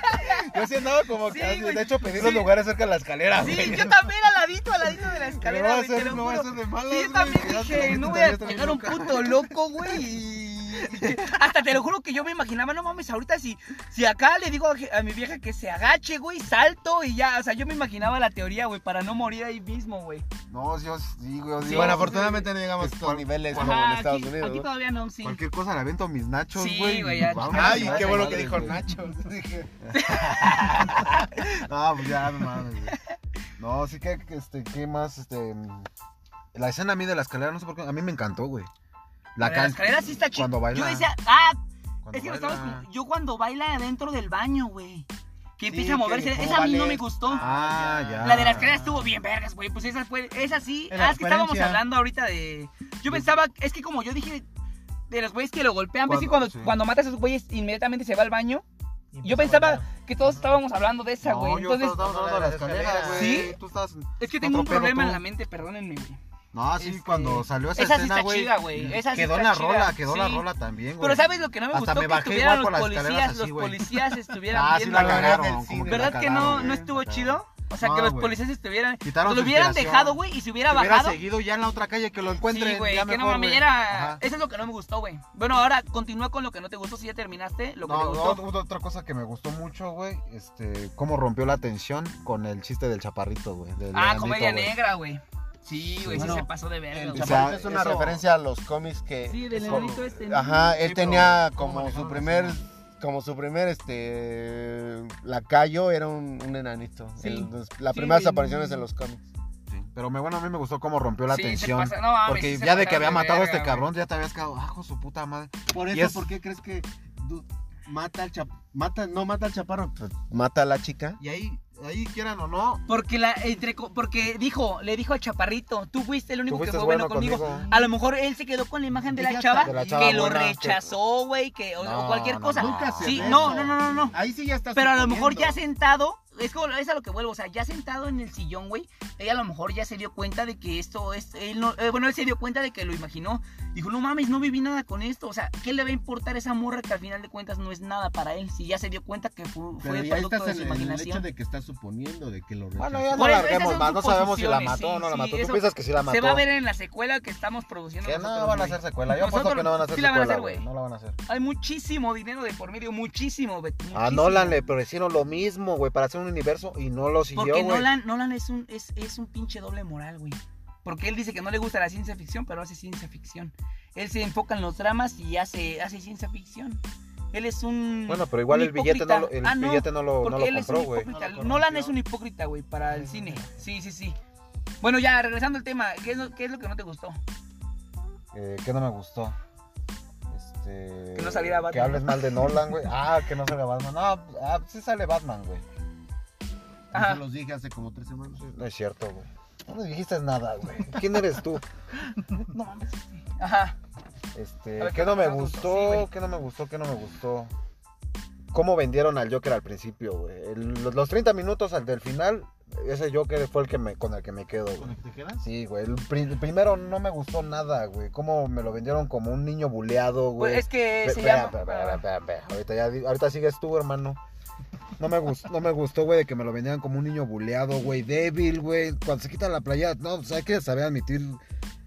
Yo sí andaba como
Sí,
que así,
güey.
de hecho pedí
Sí.
los lugares cerca de la escalera,
Sí,
Ah, güey. [LAUGHS]
yo también al ladito, al ladito de la
Pero
escalera, güey,
no va a
te
ser,
lo
no va a
juro.
ser de malas,
Sí, yo
güey.
también
Ya se
dije,
lo
no voy a
metí, ya se lo
pegar un
metí.
puto loco, güey. y- y- [LAUGHS] Hasta te lo juro que yo me imaginaba, no mames, ahorita si, si acá le digo a je- a mi vieja que se agache, güey, salto y ya. O sea, yo me imaginaba la teoría, güey, para no morir ahí mismo, güey.
No, yo sí, güey, yo
Sí,
digo,
bueno,
sí,
afortunadamente no llegamos a
Pues,
estos
cual-
niveles
cual-
como en
Ajá,
Estados
aquí,
Unidos.
aquí
¿no?
todavía no, sí.
Cualquier cosa le aviento mis nachos,
Sí,
güey.
güey, ya-
Vamos,
Ay,
vale,
qué bueno que
madre,
dijo
güey.
Nacho. Dije,
No, pues ya, no mames, güey. No, sí que, que, este, ¿qué más? Este, mm, la escena a mí de la escalera, no sé por qué, a mí me encantó, güey. La,
Pero
can-
la escalera sí está chido.
cuando baila.
Yo decía, ah,
cuando
es que lo
baila.
estamos con- Yo cuando baila dentro del baño, güey. Que empieza a
que
moverse.
como
Esa a mí no
ballet.
me gustó.
Ah, ya.
La de las escaleras estuvo bien vergas, güey. Pues esa fue, esa sí.
Era
Ah,
la
es que estábamos
referencia.
hablando ahorita de. Yo pensaba, es que como yo dije, de los güeyes que lo golpean, ves que cuando,
Cuando- sí.
cuando matas a esos güeyes, inmediatamente se va al baño. Yo pensaba que todos estábamos hablando de esa,
No,
güey.
yo
Entonces,
estaba hablando de la escalera, güey.
¿Sí?
Tú estabas...
es que tengo
otro
un
pedo
problema
tú.
en la mente, perdónenme, güey.
No, sí,
Este,
cuando salió esa,
Esa sí
escena,
está
güey.
chida, güey. Esa sí
quedó
está
la
chida,
rola, quedó la
sí.
rola también, güey.
Pero ¿sabes lo que no me
Hasta
gustó?
me
que
bajé
estuvieran
igual
los
por las escaleras
policías,
así,
los
güey.
policías estuvieran
[LAUGHS] Ah, sí
viendo,
la
güey.
cagaron. como la
¿Verdad que no,
cagaron,
no
güey,
estuvo
la cagaron.
chido? O sea,
No,
que los
güey.
policías estuvieran...
Quitaron
lo
su
hubieran
inspiración.
dejado, güey, y se hubiera
Se hubiera
bajado.
seguido ya en la otra calle que lo encuentren.
Sí, güey,
ya
que no
mejor,
mames,
güey.
era...
Ajá.
Eso es lo que no me gustó, güey. Bueno, ahora continúa con lo que no te gustó, si ya terminaste, lo que te
No,
gustó.
no, otra cosa que me gustó mucho, güey, este, cómo rompió la tensión con el chiste del chaparrito, güey. del
ah,
enanito,
comedia
güey.
negra, güey. Sí, güey, sí
Bueno,
se pasó de verga.
El
güey.
o sea,
Chaparrito es una
eso-
referencia a los cómics que.
Sí, del
con-
enanito este, ¿no?
Ajá, él
Sí, pero
tenía
¿cómo
como su
manejaron la
primer.
escena?
Como su primer, este. Lacayo era un, un enanito.
Sí.
El- los- las
Sí,
primeras
en-
apariciones en los cómics.
Sí, Pero me, bueno, a mí me gustó cómo rompió la
Sí, se
tensión.
pasa- no mames,
porque
sí se
ya de
pasaron
que había
de
matado a este
verga,
cabrón, ya te habías quedado, ajo su puta madre.
Por
Y
eso,
es-
¿por qué crees que du- mata al chaparro? Mata, no mata al chaparro.
Pues,
Mata a la chica.
Y ahí, ahí quieran o no,
Porque, la, entre, co- porque dijo, le dijo al chaparrito, tú fuiste el único
tú
que
fuiste
fue
bueno
bueno conmigo.
conmigo.
A lo mejor él se quedó con la imagen de la
Ella
chava,
está-
de la chava
que lo
buena, que-
rechazó, güey, que o, o
No,
cualquier
no,
cosa.
no.
Nunca se
Sí,
ve
no,
eso.
no, no, no, no.
Ahí sí ya está.
Pero a lo mejor ya sentado, es, como, es a lo que vuelvo, o sea, ya sentado en el sillón, güey, ella a lo mejor ya se dio cuenta de que esto es, él no, eh, bueno, él se dio cuenta de que lo imaginó. Dijo, no mames, no viví nada con esto, o sea, ¿qué le va a importar esa morra que al final de cuentas no es nada para él? Si ya se dio cuenta que fu- fue,
Pero ya
producto
estás
de su
en el hecho
imaginación.
de que estás suponiendo de que lo
Bueno,
rechazó.
ya no
Bueno, esas
larguemos
son
más. No sabemos si la
suposiciones,
mató o no la
sí,
mató.
eso
¿Tú piensas que sí la mató?
Se va a ver en la secuela que estamos produciendo.
Que no
nosotros,
van a
güey.
hacer secuela. Yo apuesto
Nosotros-
que no van a hacer
sí la van a
secuela,
hacer,
güey.
güey.
No la van a hacer.
Hay muchísimo dinero de por medio, muchísimo, Bet.
A
muchísimo.
Nolan le parecieron lo mismo, güey, para hacer un universo y no lo siguió,
Porque
güey.
Nolan, Nolan es, un, es, es un pinche doble moral, güey. Porque él dice que no le gusta la ciencia ficción, pero hace ciencia ficción. Él se enfoca en los dramas y hace, hace ciencia ficción. Él es un.
Bueno, pero igual
un
el billete no lo, el
hipócrita. Ah, no,
billete no lo, no
porque
lo
él
compró,
es un
güey.
hipócrita.
No lo
Nolan
corrompió.
es un hipócrita, güey, para el
Sí, sí,
cine. Sí, sí, sí. Bueno, ya, regresando al tema, ¿qué es lo, qué es lo que no te gustó?
Eh, ¿Qué no me gustó? Este,
Que no saliera Batman.
Eh, Que hables mal de Nolan, güey. Ah, que no salga Batman. Ah, pues, ah, sí sale Batman, güey.
Ajá.
Yo se los dije hace como tres semanas.
No es cierto, güey. No me dijiste nada, güey. ¿Quién eres tú?
No mames. Ajá.
Este,
A ver,
¿qué
¿qué
no me
más te gustó? Sí,
gustó?
güey.
¿Qué no me gustó? ¿Qué no me gustó? ¿Cómo vendieron al Joker al principio, güey? El- los- Los 30 minutos al del final, ese Joker fue el que me, con el que me quedo,
¿Con
güey.
el que te quedas?
Sí, güey. El, pri- el primero no me gustó nada, güey. ¿Cómo me lo vendieron como un niño buleado, güey?
Pues es que
Pe-
se
espera,
llama.
espera, espera, espera, espera. Ahorita, ya, di- ahorita sigues tú, hermano. No me gustó, no me gustó, güey, de que me lo vendieran como un niño buleado, güey, débil, güey. Cuando se quita la playa, no, o sea, hay que saber admitir,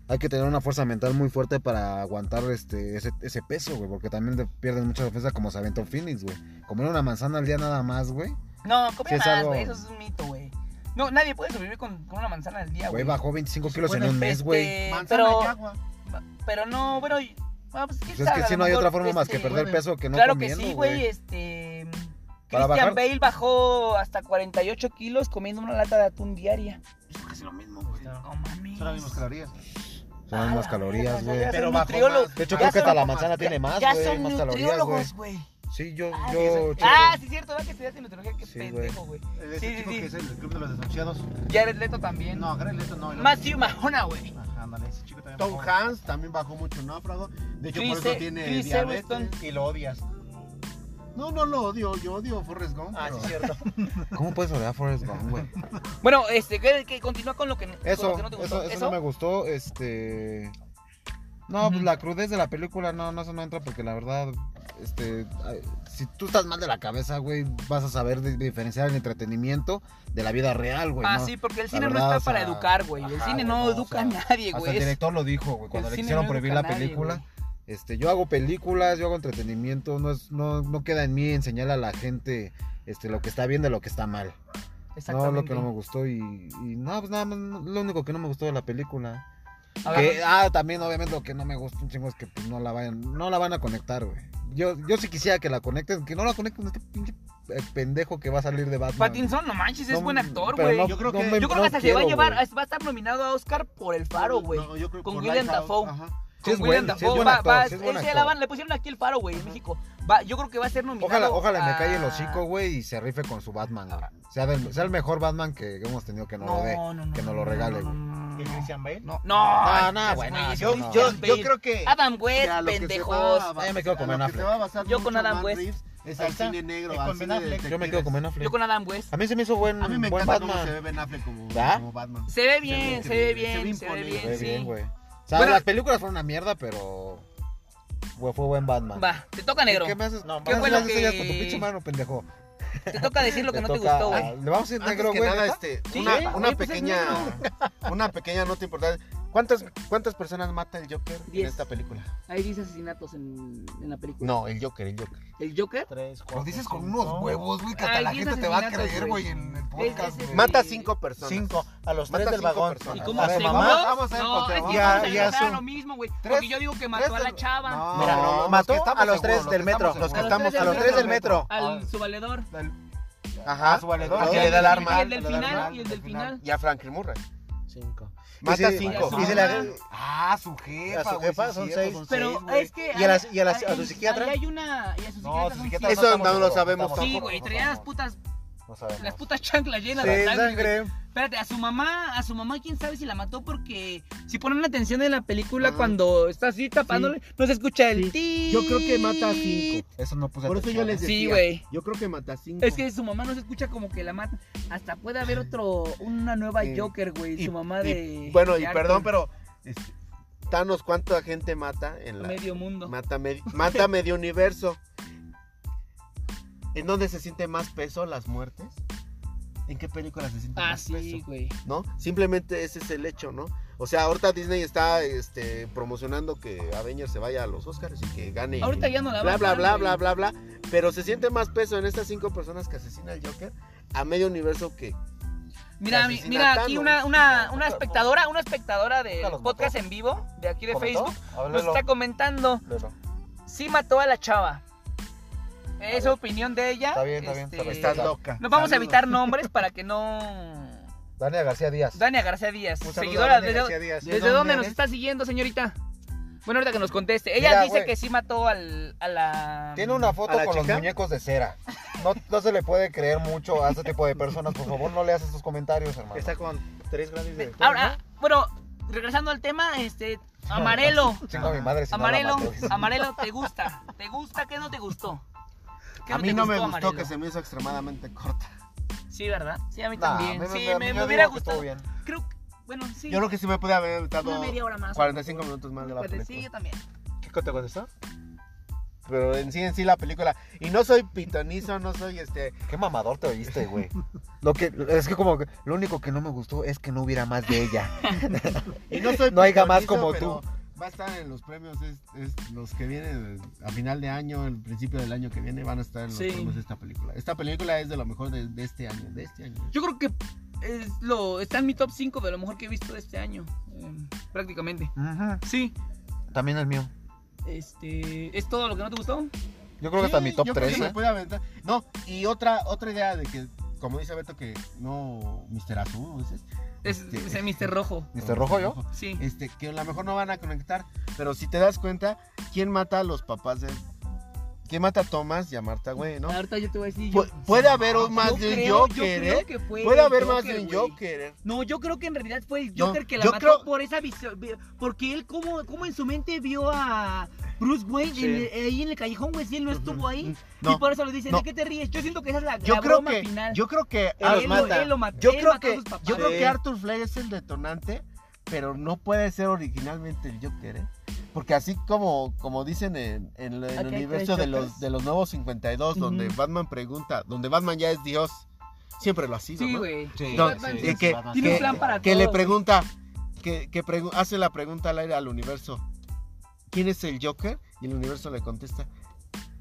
hay que tener una fuerza mental muy fuerte para aguantar este, ese, ese peso, güey, porque también te pierdes mucha defensa como se aventó Phoenix, güey. Comer una manzana al día nada más, güey.
No, come
Sí, es
más,
algo-
güey. Eso es un mito, güey. No, nadie puede sobrevivir con, con una manzana al día,
Güey,
güey.
bajó 25 kilos en
Bueno,
un mes,
este,
güey.
Manzana
Pero,
y agua.
pero no, bueno, y- ah, pues, ¿quién
Pues es
sabe?
que
A
sí
lo
no hay
mejor,
otra forma más que
este,
perder peso que no
Claro
comiendo,
que sí, güey, este...
Para
Christian
bajar-
Bale bajó hasta 48 kilos comiendo una lata de atún diaria.
Es casi lo mismo, güey.
Pues
No mames.
Son las mismas calorías.
Son las
Ah,
más
la
calorías,
verga,
güey.
ya
Pero
son
bajó
nutriólogos.
más.
De hecho,
ya
creo que
son
hasta la
como-
manzana tiene más,
ya
güey.
son
Más calorías, güey.
nutriólogos, güey.
Sí, yo,
Ah,
yo,
sí, ah,
checo.
sí, cierto, va que estudiaste nutriología, qué
Sí, güey.
pendejo, güey.
El
Eh,
de
Sí,
ese
sí,
chico
sí.
que es el club de los desahuciados.
Jared Leto también.
No, Gary Leto no. el otro.
Matthew Mahona, güey.
Ajá, ándale, ese chico también.
Tom
bajó.
Hanks también bajó mucho náufrago. De hecho,
Chris,
por eso
eh,
tiene
Chris
diabetes.
Evanston.
Y lo odias.
No, no lo odio, yo odio a Forrest Gump.
Ah, sí, es cierto.
¿Cómo puedes odiar a Forrest Gump, güey?
Bueno, este, que, que continúa con lo que, con lo
Eso,
que no te
eso,
gustó.
eso, no me gustó, este... No, pues
Ujú.
la crudez de la película no, no, eso no entra porque la verdad, este, ay, si tú estás mal de la cabeza, güey, vas a saber di- diferenciar el entretenimiento de la vida real, güey.
ah,
¿no?
sí, porque el
La
cine
verdad,
no está
o sea,
para educar, güey. El
ajá,
cine
güey,
no
no, o
educa a
sea,
nadie,
Hasta
güey.
el
Es-
director lo dijo, güey, cuando
el
le
cine
quisieron
no
prohibir
educa
la
a nadie,
película.
güey.
Este, yo hago películas, yo hago entretenimiento, no, es, no, no queda en mí enseñar a la gente este, lo que está bien de lo que está mal. No, lo
Exactamente.
que no me gustó y, y no, pues nada más, no- lo único que no me gustó de la película.
A ver,
Que, ah, también obviamente lo que no me gusta un chingo es que pues, no la vayan, no la van a conectar, güey. Yo, yo sí quisiera que la conecten, que no la conecten, este pinche eh, pendejo que va a salir de Batman.
Pattinson, no manches, es
No,
buen actor,
pero
güey.
no-
yo,
creo
no
que-
me-
creo que
no
hasta se va a
quiero,
llevar,
güey.
va a este estar nominado a Oscar por El Faro, güey.
No, yo creo
Con
por
William
Lighthouse,
Dafoe.
ajá.
Sí es
Con William
buen- sí es
Dafoe,
buen
va-
actor,
va-
sí es buen
él se
actor.
la van- le pusieron aquí el faro, güey, en México. Va, yo creo que va a ser nominado.
Ojalá, ojalá me
a-
calle el hocico, güey, y se rife con su Batman, güey. Sea, del- sea el mejor Batman que hemos tenido que no, lo dé. que nos lo regale,
no,
güey.
no,
¿Y
no,
Christian Bale?
No, no,
No, no,
es-
güey, no,
güey, es
yo-
Christian
yo-
Bale.
que.
Adam
que
West,
a lo que se
pendejos.
va a
Ah, yo me quedo
basar-
con
a
Ben
lo que se
Affleck.
va a basar
Yo
mucho
con Adam
Matt
West.
Reeves Es
Ahí
al
está.
cine negro,
Y
al
con
cine
Ben Affleck.
de
Yo me quedo con Ben
Yo
Affleck.
con Adam West.
A mí se me hizo buen,
A mí me
buen
encanta cómo se ve
Batman.
Ben Affleck como,
¿Va?
como Batman.
Se ve bien, se ve bien,
increíble,
se ve
se ve
bien,
Se ve
sí.
bien, güey. O sea,
Bueno-
las películas fueron una mierda, pero güey, fue buen Batman.
Va, te toca negro.
¿Qué, qué me haces?
No,
¿Qué
qué
me
bueno
haces
que-
señas con tu pinche mano, pendejo?
Te toca decir lo que no te
toca-
gustó,
Ah,
güey.
Le vamos a ir
Antes
negro,
que
güey.
nada,
¿neta?
este,
Sí,
una,
güey,
una
pues es
pequeña, [LAUGHS] una pequeña nota importante. ¿Cuántas, ¿Cuántas personas mata el Joker en
Diez.
esta película?
Ahí dice asesinatos en, en la película.
No, el Joker, el Joker.
¿El Joker?
Tres, cuatro,
Lo dices con
cinco,
unos huevos, güey, que hasta
Ay,
la
diez
gente te va a
asesinatos,
creer,
güey.
güey, en el
Es-
podcast,
es-
güey.
Mata cinco personas.
Cinco. A los
Mata
tres del
cinco
vagón.
personas.
¿Y
Ajá.
cómo
A ver,
seguro?
mamá,
vamos a ver
no,
por qué
es que
vamos.
Ya,
vamos a
ya
regresar a
son-
lo mismo, güey.
Tres-
Porque yo digo que mató
tres
a la
del-
chava.
No,
Mira,
no, los
mató
que estamos
a los tres
seguros,
del metro,
estamos
los que
seguros.
estamos-
del
a los tres del metro.
Al su valedor.
Ajá.
A su valedor.
Y
Y
le da el arma.
Y el del
le da el
final,
arma.
y el del final.
Y a Franklin Murray.
Cinco.
Mata
sí,
cinco.
ya
Y se
son.
le
Ah.
agrega-
Ah, su jefa,
A su
güey,
jefa
sí,
son
cierto,
seis.
Pero
güey.
es que.
¿Y a las- y a las- a su
ahí-
psiquiatra?
Ahí hay una. Y a su
No,
psiquiatra.
su
son
psiquiatra
siete.
Eso
estamos
no lo
seguros,
sabemos
estamos
Sí,
seguros,
güey,
no
traía las
sabemos.
putas,
No sabemos.
las putas chanclas llenas de
Sin
sangre. güey.
sangre.
Espérate, a su mamá, a su mamá, quién sabe si la mató porque si ponen atención en la
Ah.
película cuando está así tapándole, no se escucha el
Sí.
ti.
Yo creo que mata a cinco.
Eso no puse
Por eso yo
atención.
les decía.
Sí, güey.
Yo creo que mata cinco.
Es que su mamá no se escucha como que la mata. Hasta puede haber otro, una nueva
Eh,
Joker, güey.
y-
Su mamá
y-
de.
Bueno, y
de
perdón,
Arkham.
pero. este, Thanos, ¿cuánta gente mata en la.
Medio mundo.
Mata, medi-
[LAUGHS]
mata medio universo. ¿En dónde se siente más peso las muertes? ¿En qué película se siente
Ah,
más
sí,
peso?
güey.
¿No? Simplemente ese es el hecho, ¿no? O sea, ahorita Disney está este, promocionando que Avengers se vaya a los Oscars y que gane.
Ahorita ya no la
bla,
va
bla,
a
bla,
dar,
bla,
güey.
bla, bla. Pero se siente más peso en estas cinco personas que asesina el Joker a medio universo que.
Mira, mi-
Asesinato,
mira aquí
¿no?
una, una, una espectadora, una espectadora de
Nunca los
podcast
mató.
en vivo, de aquí de
¿Comentó?
Facebook, nos
Háblalo.
está comentando.
Lelo.
Sí mató a la chava.
ver.
Es opinión de ella.
Está bien, está bien, está bien.
Este,
Estás loca.
No vamos a
Saludos.
evitar nombres para que no.
Dania García Díaz.
Dania García Díaz,
Un saludo
seguidora.
a Dani
¿Desde,
García Díaz.
desde
dónde
dónde, nos
eres?
está siguiendo, señorita? Bueno, ahorita que nos conteste. Ella
Mira,
dice
güey.
que sí mató al, a la.
Tiene una
¿A
foto
la
con los
chica?
muñecos de cera. No, no se le puede creer mucho a este tipo de personas. Por favor, no leas esos comentarios, hermano.
Está con tres grandes de.
Ahora, bueno, regresando al tema,
[LAUGHS]
este. Amarelo.
Chinga mi madre si no la
Amarelo,
mato, dice.
Amarelo,
[LAUGHS]
¿te gusta? ¿Te gusta? ¿Qué no te gustó? ¿Qué
A mí
te
no me gustó
Amarelo?
que se me hizo extremadamente corta.
Sí, ¿verdad? Sí, a mí
Nah,
también.
me-
sí, me,
me- yo
me
digo
hubiera
que estuvo
gustado.
bien.
Creo que, bueno, sí.
Yo creo que sí me pude haber
una
evitado
media hora más.
45 minutos más de la
Pues,
película.
sí, yo también.
¿Qué te contestó?
pero en sí en sí la película y no soy pitonizo no soy este
Qué mamador te oíste, güey. Lo que, es que como que lo único que no me gustó es que no hubiera más de ella.
y no soy
No haya más
pitonizo,
como
pero va a estar en los premios es, es los que vienen a final de año el principio del año que viene van a estar en los
Sí.
premios de esta película esta película es de lo mejor de, de este año de este año
Yo creo que es lo, está en mi top 5 de lo mejor que he visto este año. eh, prácticamente.
Ujú,
Sí.
También el mío.
Este, ¿Es todo lo que no te gustó?
Yo creo que hasta mi top ¿eh?
yo creo que
3.
me puede aventar. No, y otra, otra idea de que, como dice Beto, que no, Mr. Azul, ¿es este?
Es,
Este,
es el Mr. Rojo.
¿Mister Rojo yo?
Sí.
Este, que a lo mejor no van a conectar, pero si te das cuenta, ¿quién mata a los papás de ¿Quién mata a Tomás y a Marta, güey, no?
Ahorita yo te voy a decir.
Pu-
yo-
puede haber un-
Yo
más de un
creo- yo
Joker,
creo
¿eh?
que fue
Puede
el
haber más de un
güey.
Joker, ¿eh?
No, yo creo que en realidad fue el
No,
Joker que la
yo
mató
creo-
por esa visión. Porque él, como, como en su mente vio a Bruce Wayne
Sí.
en el- ahí en el callejón, güey, si él no estuvo ahí. Y
No,
por eso le dicen,
no.
¿de qué te ríes? Yo siento que esa es la,
yo
la
creo
broma
que
final.
yo creo que
Él
ah,
lo-
mata.
él lo mató,
yo
él
creo
mató a
que
sus papás.
yo creo
Sí.
que Arthur Fleck es el detonante, pero no puede ser originalmente el Joker, ¿eh? Porque así como, como dicen en, en el
hay tres
universo de los
Jokers.
de los nuevos 52 donde
Ujú.
Batman pregunta, donde Batman ya es Dios, siempre lo ha sido,
sí,
¿no?
güey.
Sí,
No,
Batman
sí, que-
Batman.
Tiene un plan para
que le
todo,
pregunta, que, que pregu- hace la pregunta al aire al universo, ¿quién es el Joker? Y el universo le contesta,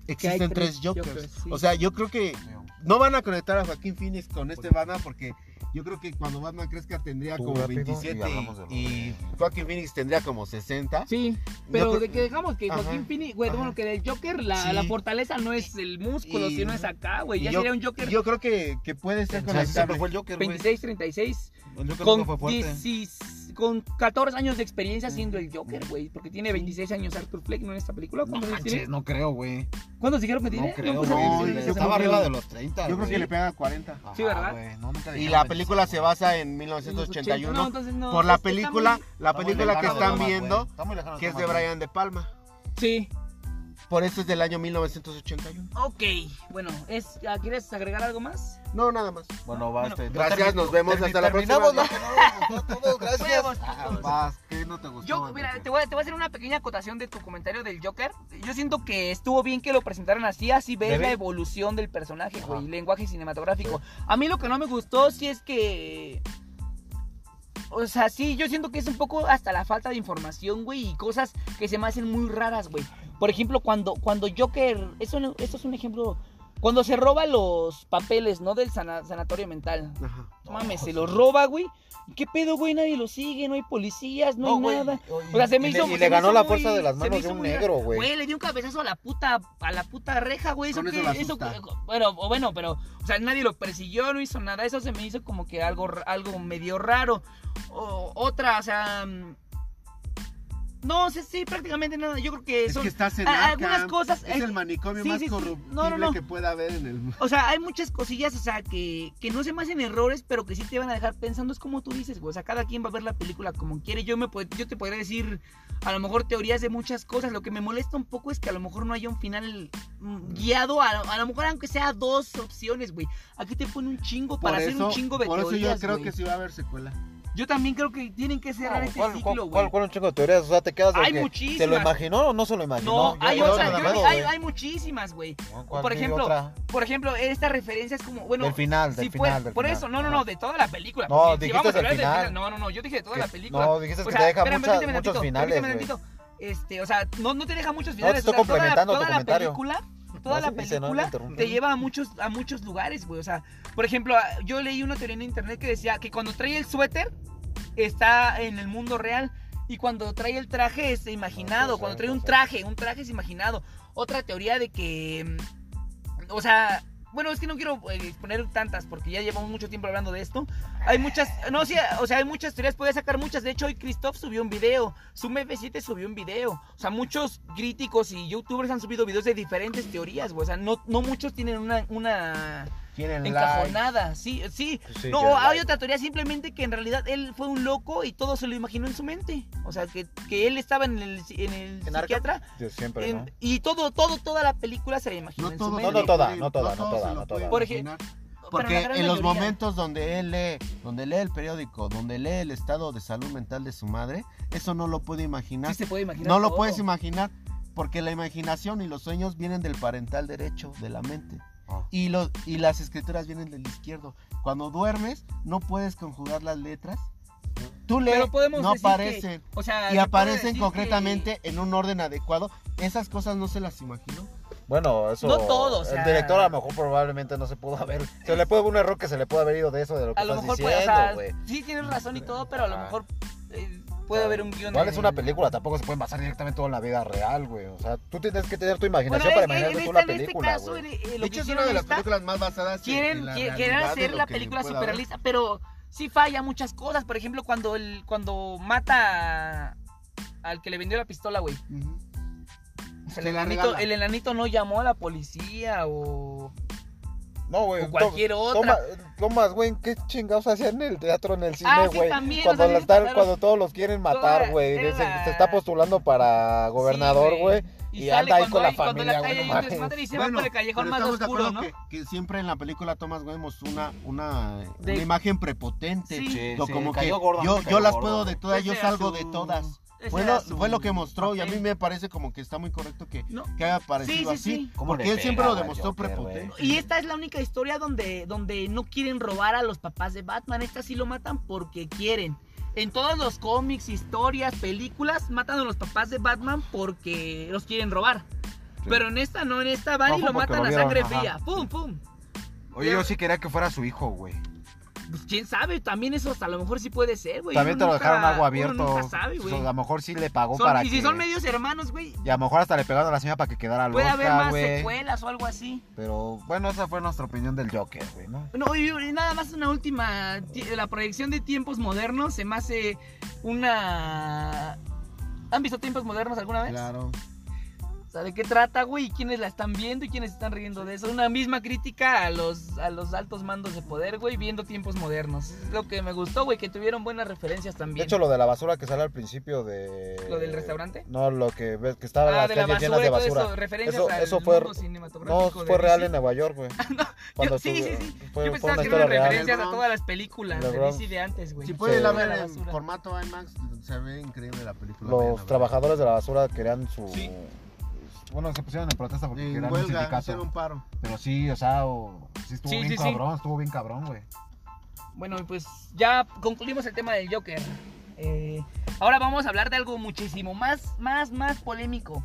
existen
tres
tres, Jokers.
Jokers, sí.
O sea, yo creo que no van a conectar a Joaquín Phoenix con este Batman porque yo creo que cuando Batman crezca tendría
Tú
como
rápido y
27
hablamos de lo
y, Joaquín Phoenix tendría como 60.
Sí,
Yo
pero
creo-
de que dejamos que
Ajá,
Joaquín Phoenix, güey,
ajá.
bueno, que del Joker la,
Sí.
la fortaleza no es el músculo,
Y-
sino es acá, güey.
y
Ya
yo-
sería un Joker
Yo creo que, que puede ser
O sea, ese siempre
conectable.
fue el Joker, güey.
26-36
El Joker
con,
nunca fue fuerte.
16 con 14 años de experiencia siendo el Joker, güey. Porque tiene 26 años Arthur Fleck ¿no? en esta película.
No
¿Cuántos años
manches,
tiene?
no creo, güey.
¿Cuántos dijeron que tiene?
No creo,
puse
no,
güey.
atención,
yo
se me olvidó.
Estaba arriba de los 30,
Yo creo que
güey.
le pega 40.
Ah,
Ajá,
Sí, ¿verdad?
güey, no, nunca
Y
dijeron
la
25,
película se
güey.
basa en
En los
1981
80, no, entonces no,
por la
es que está
película,
muy-
la
Ah,
Está muy
película que
lejano de
están
Batman, güey.
viendo,
Está muy lejano de
que es de
Batman, güey.
Brian De Palma.
Sí,
Por eso es del año 1981.
ok. Bueno, es, ah, ¿quieres agregar algo más?
No, nada más.
Bueno, va, este.
Gracias, nos vemos hasta la próxima.
Terminamos la que no nos gustó a todos, gracias.
Huevos, todos.
Vas, ¿qué no te
pues,
gustó?
Yo, mira, te voy, a, te voy a hacer una pequeña acotación de tu comentario del Joker. Yo siento que estuvo bien que lo presentaran así, así ves
¿Debe?
la evolución del personaje,
Ajá.
güey, lenguaje cinematográfico. A mí lo que no me gustó sí es que... O sea, sí, yo siento que es un poco hasta la falta de información, güey, y cosas que se me hacen muy raras, güey. Por ejemplo, cuando, cuando Joker... Eso, no- esto es un ejemplo... Cuando se roba los papeles, ¿no? Del sana- sanatorio mental.
Ajá.
No Mames, se los roba, güey. ¿Qué pedo, güey? Nadie lo sigue, no hay policías, no, hay
güey,
nada.
y-
O sea, se me
y
hizo-
le-
se
Y
me
le ganó
hizo
la
muy-
fuerza de las
se me
manos de
hizo
un
muy-
negro, güey.
Güey, le dio un cabezazo a la puta, a la puta reja, güey. Eso,
Con eso
qué-
lo
eso
asusta.
qué- bueno, o bueno, pero, o sea, nadie lo persiguió, no hizo nada. Eso se me hizo como que algo, r- algo medio raro. O- otra, o sea, mm, no, sí, sí, prácticamente nada. Yo creo que
Es
son,
que estás en
a-
Arkham.
algunas cosas. eh,
Es el manicomio
sí,
más
sí, sí.
corruptible
No, no, no.
que pueda haber en el mundo.
O sea, hay muchas cosillas, o sea, que, que no se me hacen errores, pero que sí te van a dejar pensando, es como tú dices, güey. O sea, cada quien va a ver la película como quiere. Yo, me, pod- yo te podría decir, a lo mejor, teorías de muchas cosas. Lo que me molesta un poco es que a lo mejor no haya un final mm, guiado, a, a lo mejor aunque sea dos opciones, güey. Aquí te pone un chingo para hacer un chingo de
por eso
teorías,
yo creo
güey.
que sí va a haber secuela.
Yo también creo que tienen que cerrar
No,
este
¿cuál-
ciclo,
cuál- ¿Cuál
güey.
cuál un chingo de teorías? O sea, te quedas de
Hay
que,
muchísimas.
¿Se lo imaginó o no se lo
No,
imaginó?
hay,
yo- yo
otra,
no me
yo-
acuerdo,
hay,
güey.
hay muchísimas, güey.
¿Cuál
por
vi
ejemplo,
otra?
Por ejemplo, esta referencia es como, bueno,
del final, del
Sí,
final.
pues,
del
por
final.
eso, no, no,
Ajá.
no, de toda la película.
No,
si
dijiste
vamos a
del
hablar del
final.
No, no, no, yo dije de toda
Que-
la película.
No, dijiste
O
que
sea,
te deja
espérame,
muchas,
permíteme
muchos
tantito,
finales,
permíteme
güey.
tantito. Este, o sea, no, no te deja muchos
No, te
finales.
estoy
o sea, toda la-
complementando
toda
tu
la
comentario.
película, toda
No,
la
sí, sí, no, no
película
interrumpe.
te lleva a muchos, a muchos lugares, güey. O sea, por ejemplo, a- yo leí una teoría en internet que decía que cuando trae el suéter, está en el mundo real. Y cuando trae el traje es imaginado.
No, pues,
cuando
eh,
trae un
pues, eh.
traje, un traje es imaginado. Otra teoría de que. mm, O sea. Bueno, es que no quiero eh, exponer tantas porque ya llevamos mucho tiempo hablando de esto. Hay muchas, no, sí, o sea, hay muchas teorías, podía sacar muchas. De hecho, hoy Christoph subió un video, Zoom F7 subió un video. O sea, muchos críticos y youtubers han subido videos de diferentes teorías, güey. O sea, no, no muchos tienen una, una
Tienen
encajonada. Sí, sí,
like. Sí,
no,
tienen
hay
like.
otra teoría simplemente que en realidad él fue un loco y todo se lo imaginó en su mente. O sea, que, que él estaba en el, en el
¿En Arkham?
psiquiatra
Yo siempre,
en-
¿no?
y todo, todo, toda la película se la imaginó en su
todo
mente.
no, no, toda, no toda, no
todos
toda,
se
no toda.
lo pueden
Por ejemplo,
imaginar.
Pero
Porque
la gran
en los
mayoría.
momentos donde él lee, donde lee el periódico, donde lee el estado de salud mental de su madre, eso no lo puede imaginar.
Sí se puede imaginar
no lo
todo.
puedes imaginar porque la imaginación y los sueños vienen del parental derecho de la mente.
Ah.
Y, lo- y las escrituras vienen del izquierdo. Cuando duermes, no puedes conjugar las letras. Tú lees,
Pero podemos
no
decir que-
aparecen.
O sea,
Y
se puede
aparecen
decir
concretamente en un orden adecuado. Esas cosas no se las imaginó.
que-
Bueno, eso.
No todo, o sea-
El director a lo mejor probablemente no se pudo haber. Se le puede haber un error que se le puede haber ido de eso, de lo que
A lo
estás
mejor puede, o
diciendo,
sea,
güey.
sí tienes razón y todo, pero a lo
Ajá.
mejor eh, puede haber un guión.
Igual es
en-
una película, tampoco se pueden basar directamente todo en la vida real, güey. O sea,
Ah.
tú tienes que tener tu
Bueno,
imaginación
es,
para
que en,
imaginarte tú
esta,
la
en este
película,
caso,
güey.
en- eh,
De
lo
hecho,
que
es una
hicieron
de las
esta,
películas más basadas en-
quieren,
en la
qui- quieren
realidad de
hacer
lo
la
que
película
pueda
super
haber.
realista, pero sí falla muchas cosas. Por ejemplo, cuando el, cuando mata al que le vendió la pistola, güey.
Ujú.
O sea,
Se
el,
la
enanito,
regala.
el enanito no llamó a la policía o,
No, güey.
o cualquier otra.
Pues, Toma, Tomás, güey, ¿qué chingados hacían en el teatro, en el cine,
Ah, sí,
güey?
también,
cuando,
o sea,
las
sí,
tal-
pasaron.
cuando todos los quieren matar,
Toda-
güey.
era
Se,
la-
se está postulando para
Sí,
gobernador, güey. y
sale
anda ahí con la
cuando
familia,
calle
güey, no
hay un
mames.
desmadre y se
Bueno,
va por el callejón
pero
más
estamos de
oscuro,
acuerdo
¿no?
que, que siempre en la película Thomas vemos una, una, una
De-
imagen prepotente.
Sí.
Sí,
Lo-
sí,
como que
cayó gordo,
yo,
no
yo
cayó
las
gordo,
puedo de
güey.
todas, yo
Ese era
salgo de
su-
todas.
ese
Fue
era
lo,
su
fue lo que mostró y a mí
papel.
me parece como que está muy correcto que,
No.
que haya
Sí,
parecido
sí,
así.
sí.
¿Cómo
Porque
le
él siempre lo
pegaba al
demostró
Joker,
prepotente.
Y esta es la única historia donde, donde no quieren robar a los papás de Batman. Esta sí lo matan porque quieren. En todos los cómics, historias, películas, matan a los papás de Batman porque los quieren robar. Pero en esta no, en esta van
No,
y
fue
lo
porque
matan
lo
a
vieron,
sangre
ajá.
fría. ¡Pum, pum!
Oye, yo sí quería que fuera su hijo, güey.
Pues quién sabe, también eso hasta a lo mejor sí puede ser, güey.
También
Uno
te lo
nunca-
dejaron algo
uno
abierto.
nunca sabe, güey.
O sea, a lo mejor sí le pagó
Son-
para
Y
que...
si son medios hermanos, güey,
Y a lo mejor hasta le pegaron a la señora para que quedara
puede haber
loca,
más
güey.
secuelas o algo así.
Pero bueno, esa fue nuestra opinión del Joker, güey, ¿no?
No, y, y nada más una última. ti- La proyección de tiempos modernos se me hace una. ¿Han visto tiempos modernos alguna vez?
Claro.
O sea, ¿de qué trata, güey? ¿Y ¿Quiénes la están viendo y quiénes están riendo de eso? Una misma crítica a los, a los altos mandos de poder, güey, viendo tiempos modernos. Es lo que me gustó, güey, que tuvieron buenas referencias
De
también.
hecho, lo de la basura que sale al principio de...
¿Lo del restaurante?
No, lo que ves que estaba
ah,
las
de la
calles
basura,
llenas de
y todo
basura.
eso, referencias
Eso-
al
eso fue-
mundo cinematográfico
No,
de
fue real
DC.
en Nueva York, güey.
Ah,
Cuando
sí,
tuve-
sí, sí.
Fue,
Yo
fue
pensaba
una
que eran
historia real.
referencias a
real.
todas las películas de
LeBron.
DC de antes, güey.
Si
Sí.
pueden la ver
La
en
basura.
formato IMAX, se ve increíble la película. vayan a
Los
ver.
trabajadores de la basura querían su...
Sí.
Bueno, se pusieron en protesta porque
En
querían un
huelga,
sindicato.
hicieron un paro.
Pero sí, o sea, o- sí estuvo
Sí,
bien
sí, sí.
cabrón, estuvo bien cabrón, güey.
Bueno, y pues ya concluimos el tema del Joker. Eh, ahora vamos a hablar de algo muchísimo más, más, más polémico.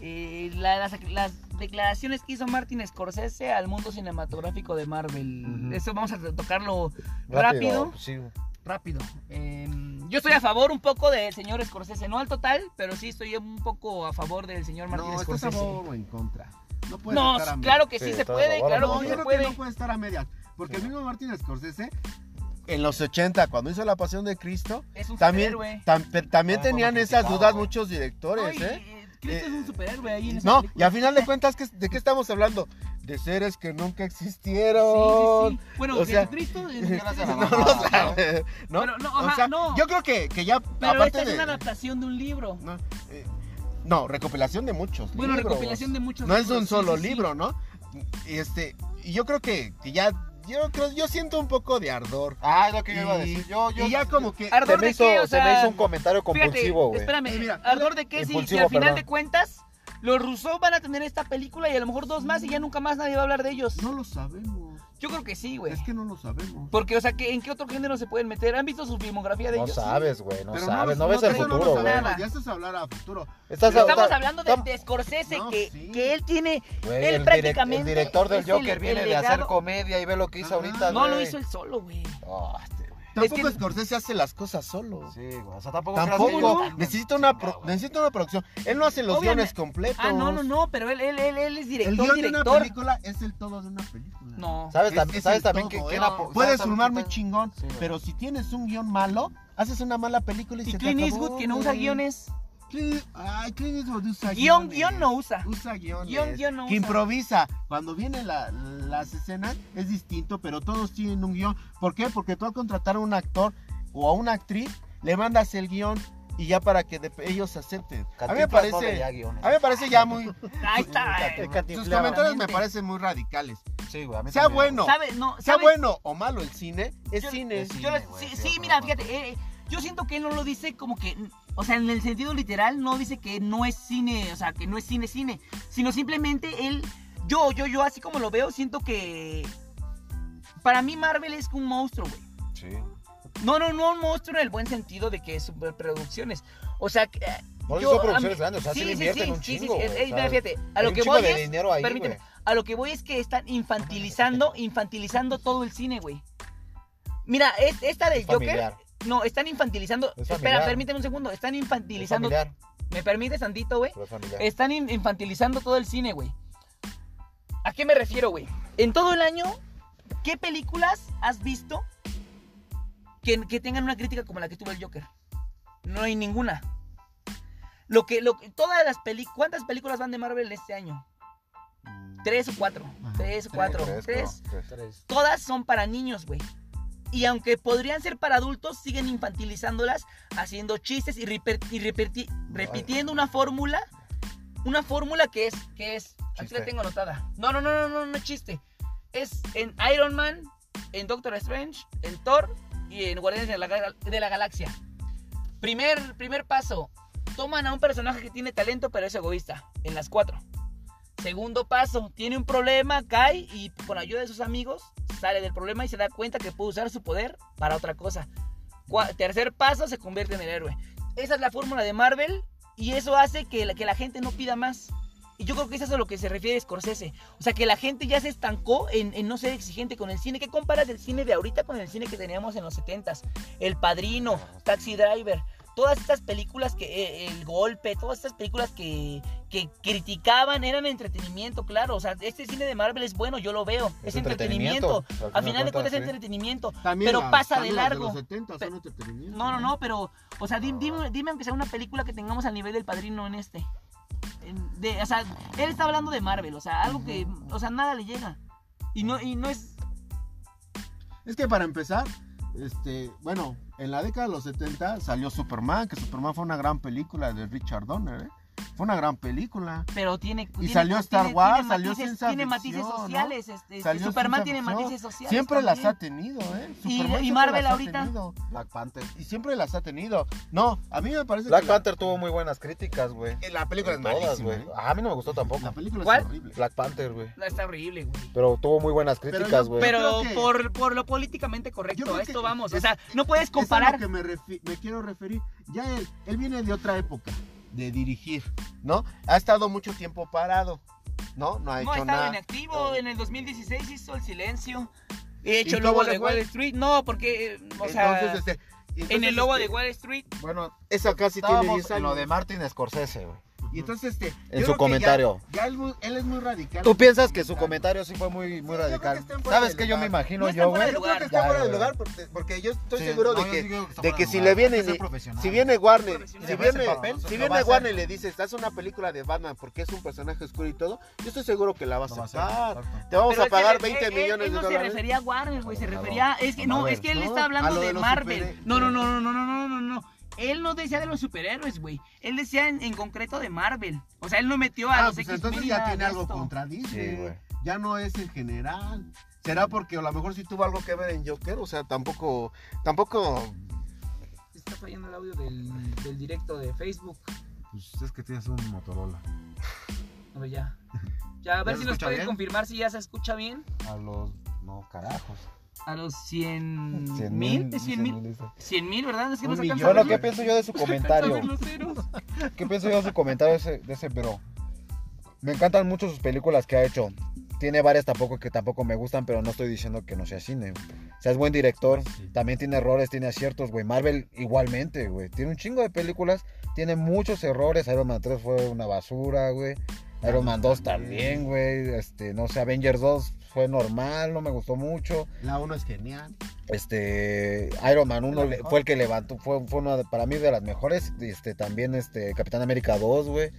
Eh, la- las, las declaraciones que hizo Martin Scorsese al mundo cinematográfico de Marvel.
Ujú.
Eso vamos a tocarlo Rápido.
Sí, güey.
rápido. Eh, yo estoy a favor un poco del señor Scorsese, no al total, pero sí estoy un poco a favor del señor Martin
No, estás
Scorsese.
a favor o en contra. No puedes
No,
estar a medias.
claro que sí,
Sí,
se
estoy a
puede,
favor,
claro
¿no?
No,
que
yo
sí
creo
se
que
puede.
no puede estar a medias. Porque
Sí.
el mismo Martin Scorsese, en los 80, cuando hizo La Pasión de Cristo,
Es un
también,
superhéroe.
tam- pe- también
Ah, fue
tenían
muy
esas
criticado,
dudas
güey.
muchos directores,
Ay,
¿eh?
eh, Cristo es un superhéroe ahí en esa
No,
película.
y a final de cuentas, ¿qué- ¿de qué estamos hablando? De seres que nunca
Sí,
existieron.
sí, sí. Bueno,
O sea,
Jesucristo.
[LAUGHS]
eh,
gracias a
[LAUGHS] No
la
lo
mamada,
sabes, ¿no?
Pero no,
O
ajá,
sea,
no.
yo creo que, que ya,
Pero
aparte
esta es
de...
una adaptación de un libro.
No, eh, no, recopilación de muchos.
Bueno,
libros.
recopilación de muchos
No es de
libros,
un
sí,
solo
sí, sí.
libro, ¿no? Este, y yo creo que, que ya, yo creo, yo siento un poco de ardor.
Ah, es lo que yo iba a decir. Yo, yo,
y ya como que
Ardor
se me,
de
hizo,
qué, o
se
sea,
me hizo un comentario compulsivo,
Fíjate,
güey.
espérame,
Eh, mira,
¿ardor de qué? Si, si
Impulsivo,
al final
perdón.
de cuentas, los rusos van a tener esta película y a lo mejor dos más y ya nunca más nadie va a hablar de ellos.
no lo sabemos.
Yo creo que sí, güey.
Es que no lo sabemos.
Porque, o sea, ¿qué- ¿en qué otro género se pueden meter? ¿Han visto su filmografía de
No
ellos?
sabes, güey, no
Pero
sabes, no,
lo-
ves el
eso
futuro,
lo
güey.
sabemos,
güey.
Ya estás a hablar a futuro.
Estás-
Pero
Estamos
está-
hablando de,
está-
de Scorsese,
No,
que,
sí.
que él tiene...
güey,
él
el, direc-
prácticamente
el director del
es el-
Joker
el
viene de
legado-
hacer comedia y ve lo que hizo
Ajá.
ahorita,
No lo
güey.
hizo él solo, güey.
Ah, este, güey.
Tampoco
que-
Scorsese hace las cosas solo.
Sí, güey, o sea, tampoco creas que
Tampoco,
yo-
¿no?
necesita, una pro-
Chingado, güey.
necesita una producción. Él no hace los
Obviamente-
guiones completos.
Ah, no, no, no, pero él, él, él, él es
El
director,
guión de una
director.
película es el todo de una película.
No.
¿Sabes,
Es-
tam-
es
sabes
el
también
todo,
que
¿eh?
quién apo-
Puedes
sabes
filmar muy
también que-
chingón,
Sí, güey.
pero si tienes un guión malo, haces una mala película y,
Y
se
Clint
te acabó,
Eastwood, que no usa
güey.
guiones.
Clint- ay, Clint Eastwood usa
Guión,
guiones.
guión no usa.
Usa guiones.
Guión, guión no
que
usa.
improvisa. Cuando vienen la- las escenas es distinto, pero todos tienen un guión. ¿Por qué? Porque tú al contratar a un actor o a una actriz, le mandas el guión y ya para que de- ellos acepten. A mí me
Cantinflas no
parece...
leía
A mí
guiones.
me parece ya muy...
Ahí está.
Sus
Sus
Cantinfleaba.
comentarios me
Claramente.
parecen muy radicales.
Sí, güey, a mí
Sea
también,
bueno.
¿Sabes? No,
Sea
¿sabes?
bueno o malo el cine, es
Yo-
cine.
es cine.
Yo lo-
güey,
sí,
sí,
sí,
otro
mira,
más.
fíjate, eh, yo siento que él no lo dice como que, o sea, en el sentido literal no dice que no es cine, o sea, que no es cine cine, sino simplemente él, yo, yo, yo así como lo veo, siento que para mí Marvel es un monstruo, güey.
güey. Sí.
No, no, no un monstruo en el buen sentido de que es superproducciones. O sea, que, eh,
Por
yo,
eso son
a
producciones
mí-
grandes, o sea, sí, le invierten un chingo.
es-
güey,
es-
o sea,
eh, fíjate, a
hay
lo
un
que
chingo
voy
de
es,
dinero ahí,
permíteme,
güey.
a lo que voy es que están infantilizando, infantilizando todo el cine, güey. Mira, es- esta del
Es
Joker,
familiar.
no, están infantilizando,
Es
espera,
familiar.
permíteme un segundo, están
Es
infantilizando,
familiar.
¿me permites tantito, güey?
pero es
eh,
familiar.
Están in- infantilizando todo el cine, güey. ¿A qué me refiero, güey? En todo el año, ¿qué películas has visto que, que tengan una crítica como la que tuvo el Joker? No hay ninguna. Lo que, lo, que- todas las películas, ¿cuántas películas van de Marvel este año? Tres o cuatro. Tres o cuatro.
Tres,
Tres.
creo, tres.
Todas son para niños, güey. Y aunque podrían ser para adultos, siguen infantilizándolas, haciendo chistes y, reper- y reperti- repitiendo una fórmula. Una fórmula que es, que es. Aquí la
Chiste.
tengo anotada. No, no, no, no, no, no es chiste. Es en Iron Man, en Doctor Strange, en Thor y en Guardianes de la, Gal- de la Galaxia. Primer, primer paso. Toman a un personaje que tiene talento pero es egoísta. En las cuatro. Segundo paso, tiene un problema, cae y con ayuda de sus amigos sale del problema y se da cuenta que puede usar su poder para otra cosa. Cua- tercer paso, se convierte en el héroe. Esa es la fórmula de Marvel y eso hace que la, que la gente no pida más. Y yo creo que eso es a lo que se refiere Scorsese. O sea, que la gente ya se estancó en, en no ser exigente con el cine. ¿Qué comparas el cine de ahorita con el cine que teníamos en los 70s? El Padrino, Taxi Driver, todas estas películas que... eh, el Golpe, todas estas películas que que criticaban eran entretenimiento, claro. O sea, este cine de Marvel es bueno, yo lo veo. Es, entretenimiento.
entretenimiento,
Al final de cuentas es
sí.
entretenimiento.
También
Pero
las-
pasa de
también las
largo.
los 70
Pe-
son entretenimiento.
No, no, no, pero, o sea, di- dime, dime aunque sea una película que tengamos al nivel del padrino en este. En- de- o sea, él está hablando de Marvel, o sea, algo que, o sea, nada le llega. Y no, y no es.
Es que para empezar, este, bueno, en la década de los 70 salió Superman, que Superman fue una gran película de Richard Donner, ¿eh? Fue una gran película.
Pero tiene.
Y
tiene-
salió Star
tiene-
Wars,
tiene
salió
matices-
ciencia
Tiene matices
ficción, ¿no?
sociales. este,
Salió
Superman
ciencia
tiene
ficción.
matices sociales.
Siempre las ha
también.
tenido, ¿eh?
Y-
Superman
y
siempre
Marvel
las ha
ahorita.
tenido.
Black Panther.
Y siempre las ha tenido. No, a mí me parece
Black
que la-
Panther tuvo muy buenas críticas, güey.
La película es
Todas,
malísima,
güey.
¿eh?
Ah, A mí no me gustó
la,
tampoco.
película
¿Cuál?
es horrible.
Black Panther, güey.
No, Está horrible, güey.
Pero tuvo muy buenas
yo-
críticas, güey.
Pero
creo que-
por, por lo políticamente correcto,
creo
a esto
que
vamos. O
es-
sea, no puedes
Eso es a
comparar.
lo que me, refi- me quiero referir. Ya él, él viene de otra época, de dirigir, ¿no? Ha estado mucho tiempo parado, ¿no? No ha
No,
hecho
estaba
nada.
inactivo. En el 2016 hizo el silencio. He hecho
¿Y
el
cómo
lobo
le
de
fue?
Wall Street. No, porque, eh, o sea,
Entonces, este,
en
entonces,
el lobo
este,
de Wall Street.
Bueno,
Esa casi tiene
estábamos
10
en
años.
lo de Martin Scorsese, güey.
Y entonces, este. yo
en
creo
su
que
comentario.
Ya, ya él, mu- él es muy radical.
Tú piensas que su comentario sí fue muy, muy
Sí, yo creo que
radical.
está en fuera
¿Sabes
de
qué? Yo me
lugar.
imagino
No está
yo,
fuera
güey.
de lugar.
Creo que está
Ya,
fuera de
güey.
lugar porque, porque yo estoy
Sí,
seguro de
no, yo
que.
digo está
de
fuera
que
de
si
lugar,
le viene-
hay que ser
si
profesional.
Si viene Warner,
profesional.
si
Le va a hacer
viene,
papel,
si
lo
viene
va a hacer.
Warner y le dices, haz una película de Batman porque es un personaje oscuro y todo, yo estoy seguro que la va a
No va a ser,
aceptar.
exacto.
Te vamos
Pero
a
es que
pagar
él-
20
él-
millones
él
de
no se
dólares.
refería a Warner, güey. Se
A lo-
refería. Es que no,
Marvel,
es que él
¿no?
está
A
hablando
lo de
de,
los
Marvel.
superhéroes.
No, no, no, no, no, no, no, no, no. Él no decía de los superhéroes, güey. Él decía en, en concreto de Marvel. O sea, él no metió a
Ah,
los
pues
X-Men
entonces
ni
ya
nada
tiene
de
algo
esto.
contra Disney.
Sí, güey.
ya no es en general. ¿Será porque a lo mejor sí tuvo algo que ver en Joker? O sea, tampoco. Tampoco.
Está fallando el audio del, del directo de Facebook.
Pues es que tienes un Motorola.
A ver, ya. Ya, a ver
¿Ya
si
se
nos
escucha
pueden
bien?
confirmar si ya se escucha bien.
A los. No, carajos.
A los 100 mil, de 100 mil. 100 mil, ¿verdad? Es que no
Un
se alcanza a
Bueno,
ver
¿qué
los-
pienso yo de su
alcanza a ver
comentario?
los ceros.
¿Qué pienso yo de su comentario de ese, de ese bro? Me encantan mucho sus películas que ha hecho. Tiene varias tampoco que tampoco me gustan, pero no estoy diciendo que no sea cine. O sea, es buen director, también tiene errores, tiene aciertos, güey. Marvel igualmente, güey. Tiene un chingo de películas, tiene muchos errores. Iron Man 3 fue una basura, güey. Iron Man 2 también, güey. Este, no sé, Avengers 2 fue normal, no me gustó mucho.
La 1 es genial.
Este, Iron Man 1 le- fue el que levantó, fue, fue una de- para mí de las mejores. Este, también este, Capitán América 2, güey.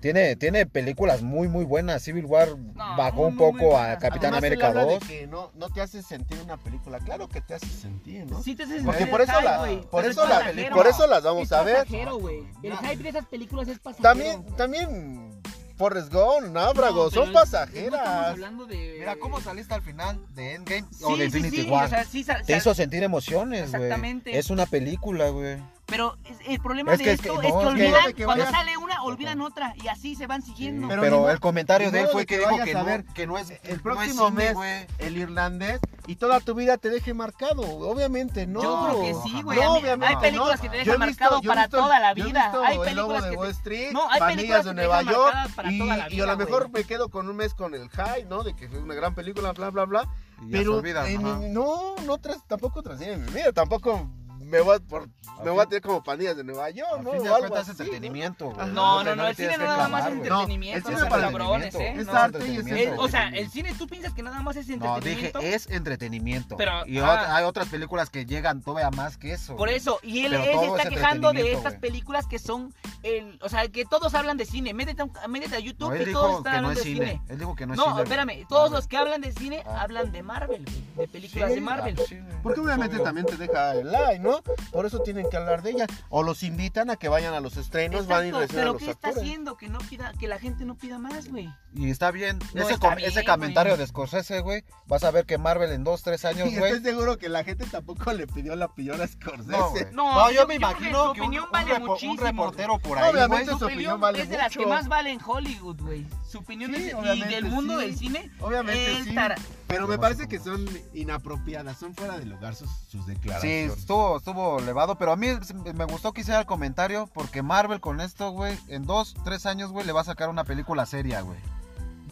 Tiene, tiene películas muy, muy buenas. Civil War bajó
muy,
un
muy
poco
buenas.
a Capitán
Además, él
América
habla de
2.
que no, no te hace sentir una película. Claro que te hace sentir, ¿no?
Sí te haces
Porque
sentir
por
el
eso,
hype,
la-
güey,
por,
pero
eso
es
la,
pasajero.
por eso las vamos
Es
a ver.
pasajero, güey. El hype de esas películas es pasajero.
También, también Forrest Gump, Náufrago,
No, pero
son
es- no estamos
pasajeras.
hablando de...
Mira, ¿cómo saliste al final de Endgame?
Sí,
o de
sí,
Infinity
sí,
War?
o sea, sí, sa-
Te
sa-
hizo sentir emociones, güey.
Exactamente.
Es una película, güey.
Pero Pero es- el problema
Es
de
que- es que- no,
esto es que
es que-
olvidan,
que
cuando
vayas-
sale una, olvidan otra y así se van siguiendo.
pero
ni modo-
el comentario
ni
de él
modo
fue
de
que,
que
dijo
vayas
que
a
no,
ver
que no es
el
no es
próximo
cine,
mes.
güey.
el irlandés y toda tu vida te deje marcado. Obviamente no.
Yo creo que sí, güey.
No,
A mí-
obviamente
hay películas
no.
que te
Yo he
dejan
visto-
marcado
yo he
para
visto-
toda la
yo he
vida.
visto
Hay
El Lobo
películas
de
que
Wall
te...
Street,
No, hay
Pandillas
películas
de
que te
Nueva
dejan
York
marcadas para
y,
toda la
y a
vida,
lo mejor
güey.
me quedo con un mes con el high, ¿no? De que fue una gran película, bla, bla, bla.
Y ya se
Pero
olvidan,
en-
ajá.
no, no tras, tampoco trasciende mi vida, tampoco me voy a, por- me
A
voy a
fin-
tener como pandillas de Nueva York,
A
¿no?
fin de
O algo
cuentas es
así,
entretenimiento, güey.
Ajá.
No,
te-
no, no, el
te tienes
cine
que
nada más es
clavar, güey.
No,
entretenimiento.
el
no
cine
sean
para
cabrones, ¿eh?
entretenimiento.
No,
Es arte y es
el-
entretenimiento.
o sea, el cine tú piensas que nada más es
No, dije,
entretenimiento.
es entretenimiento.
Pero,
y
ah.
ot- hay otras películas que llegan todavía más que eso.
Por
güey.
eso, y él
Pero
él se
todo
está
es
quejando de
entretenimiento,
estas
güey.
películas que son el, o sea, que todos hablan de cine. Métete a, métete a YouTube
No, él
que todos
dijo
están
que no
hablando
es
de cine.
cine. Él dijo que
No,
no es cine. güey.
espérame, todos
Ah,
los que hablan de cine
Ah.
hablan de Marvel, güey, de películas de Marvel.
ah, sí, güey.
Porque obviamente
Obvio.
también te deja el like, ¿no? Por eso tienen que hablar de ella. O los invitan a que vayan a los estrenos, van y
Exacto,
reciben a
pero
los
¿qué está
actores.
haciendo? Que no pida, que la gente no pida más, güey.
Y está bien.
No
ese,
está
com-
bien,
ese comentario
güey.
de Scorsese, güey. Vas a ver que Marvel en dos, tres años,
Y
güey.
estoy seguro que la gente tampoco le pidió la pillora a Scorsese.
No, güey.
No,
No, yo,
yo-
me
yo creo que
imagino
su
que un,
opinión
un
vale
repo- un
muchísimo,
reportero pues, por
No,
ahí,
obviamente
güey.
su opinión vale
es de las
mucho.
que más vale en Hollywood, güey. Su opinión
Sí,
es de- y
obviamente,
del mundo
sí.
del cine.
Obviamente
el
sí.
tara-
Pero me
Vamos,
parece que
vamos.
son inapropiadas, son fuera de lugar sus, sus
Sí,
declaraciones.
estuvo, estuvo elevado, pero a mí se- me gustó que hiciera el comentario porque Marvel con esto, güey, en dos, tres años, güey, le va a sacar una película seria, güey.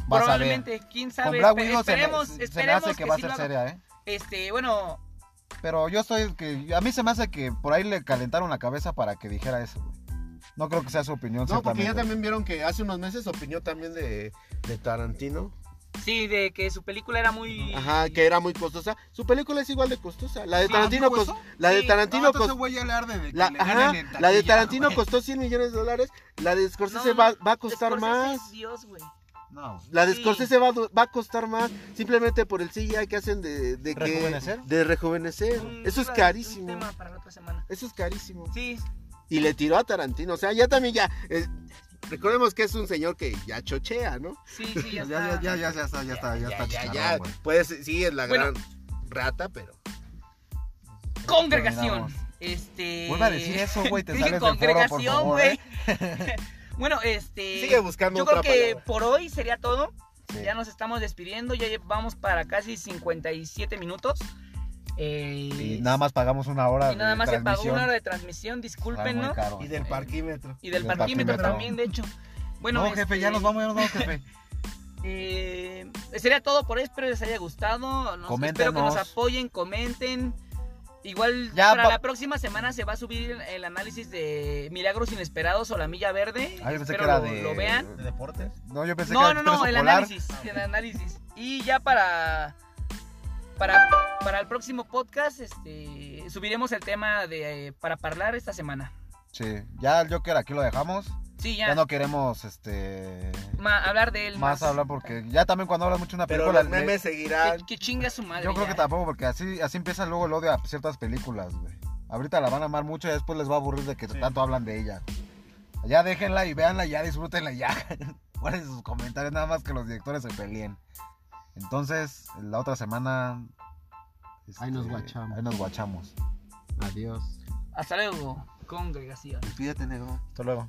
Vas
probablemente, quién
a ver.
sabe.
Con Black
espe-
Widow se me-
esperemos,
se, me,
esperemos
hace que, va a
sí
ser
lo haga.
seria, ¿eh?
Este, bueno,
Pero yo estoy, que a mí se me hace que por ahí le calentaron la cabeza para que dijera eso, güey. No creo que sea su opinión,
No, porque ya
ciertamente.
también vieron que hace unos meses opinó también de, de Tarantino.
sí, de que su película era muy.
Ajá, que era muy costosa. Su película es igual de costosa. La de
Sí,
Tarantino,
¿dijo
cos-
eso?
la de
Ah, Sí,
Tarantino cos-
güey ya le arde de pues,
La, ajá, la de Tarantino costó 100 millones de dólares. La de Scorsese
No,
va, va a costar
Scorsese
más.
es Dios, güey.
No,
La de
Sí.
Scorsese va, a du- va a costar más. Simplemente por el CGI que hacen de, de que-
¿Rejuvenecer?
De rejuvenecer.
Un-
Eso es
un
carísimo.
tema para la otra semana.
Eso es carísimo.
Sí,
Y le tiró a Tarantino. O sea, ya también ya. eh, recordemos que es un señor que ya chochea, ¿no?
sí, sí, ya
ya,
está.
ya, ya, ya, ya está, ya está, ya está.
ya,
chicharrón,
ya.
güey.
Pues sí, es la
Bueno.
gran rata, pero.
Congregación.
Terminamos.
Este.
Vuelve a decir eso, güey, te
Dije
sales del foro, por
congregación,
favor, eh.
güey.
[LAUGHS]
[LAUGHS] bueno, este.
Sigue buscando
Yo
otra
creo que
palabra.
por hoy sería todo.
Sí.
Ya nos estamos despidiendo. Ya vamos para casi 57 minutos. Eh,
Y nada más pagamos una hora
y nada
de
más se pagó
transmisión.
una hora de transmisión.
Está muy
Discúlpenos.
caro,
Y
güey.
del parquímetro.
Y del
Del
parquímetro,
parquímetro.
también, de hecho. Bueno,
no, jefe, ya
este,
nos vamos, ya nos vamos, jefe.
eh, sería todo por hoy. Espero les haya gustado. Nos- espero que nos
Coméntenos.
apoyen, comenten. Igual
Ya
para
pa-
la próxima semana se va a subir el, el análisis de Milagros Inesperados o la Milla Verde.
Ah, yo pensé
Espero
que era
lo,
de-
lo vean.
¿De deportes?
No, yo pensé que
No,
era
no,
expreso
no, el
polar.
análisis, el análisis. Y ya para para para el próximo podcast este subiremos el tema de eh, para hablar esta semana.
Sí, ya el Joker aquí lo dejamos.
Sí,
Ya,
ya.
no queremos este
ma- hablar de él más.
más hablar porque ya también cuando habla mucho una
Pero
película
los
le-
memes seguirán.
Que, que chinga su madre.
yo creo
ya.
que tampoco porque así así empieza luego el odio a ciertas películas, güey. Ahorita la van a amar mucho y después les va a aburrir de que tanto hablan de ella. Ya déjenla y véanla, ya disfrútenla ya. [LAUGHS] Guarden sus comentarios nada más que los directores se peleen. Entonces, la otra semana este,
Ahí nos guachamos.
Ahí nos guachamos.
Adiós.
eh. Hasta luego, congregación.
Hasta luego.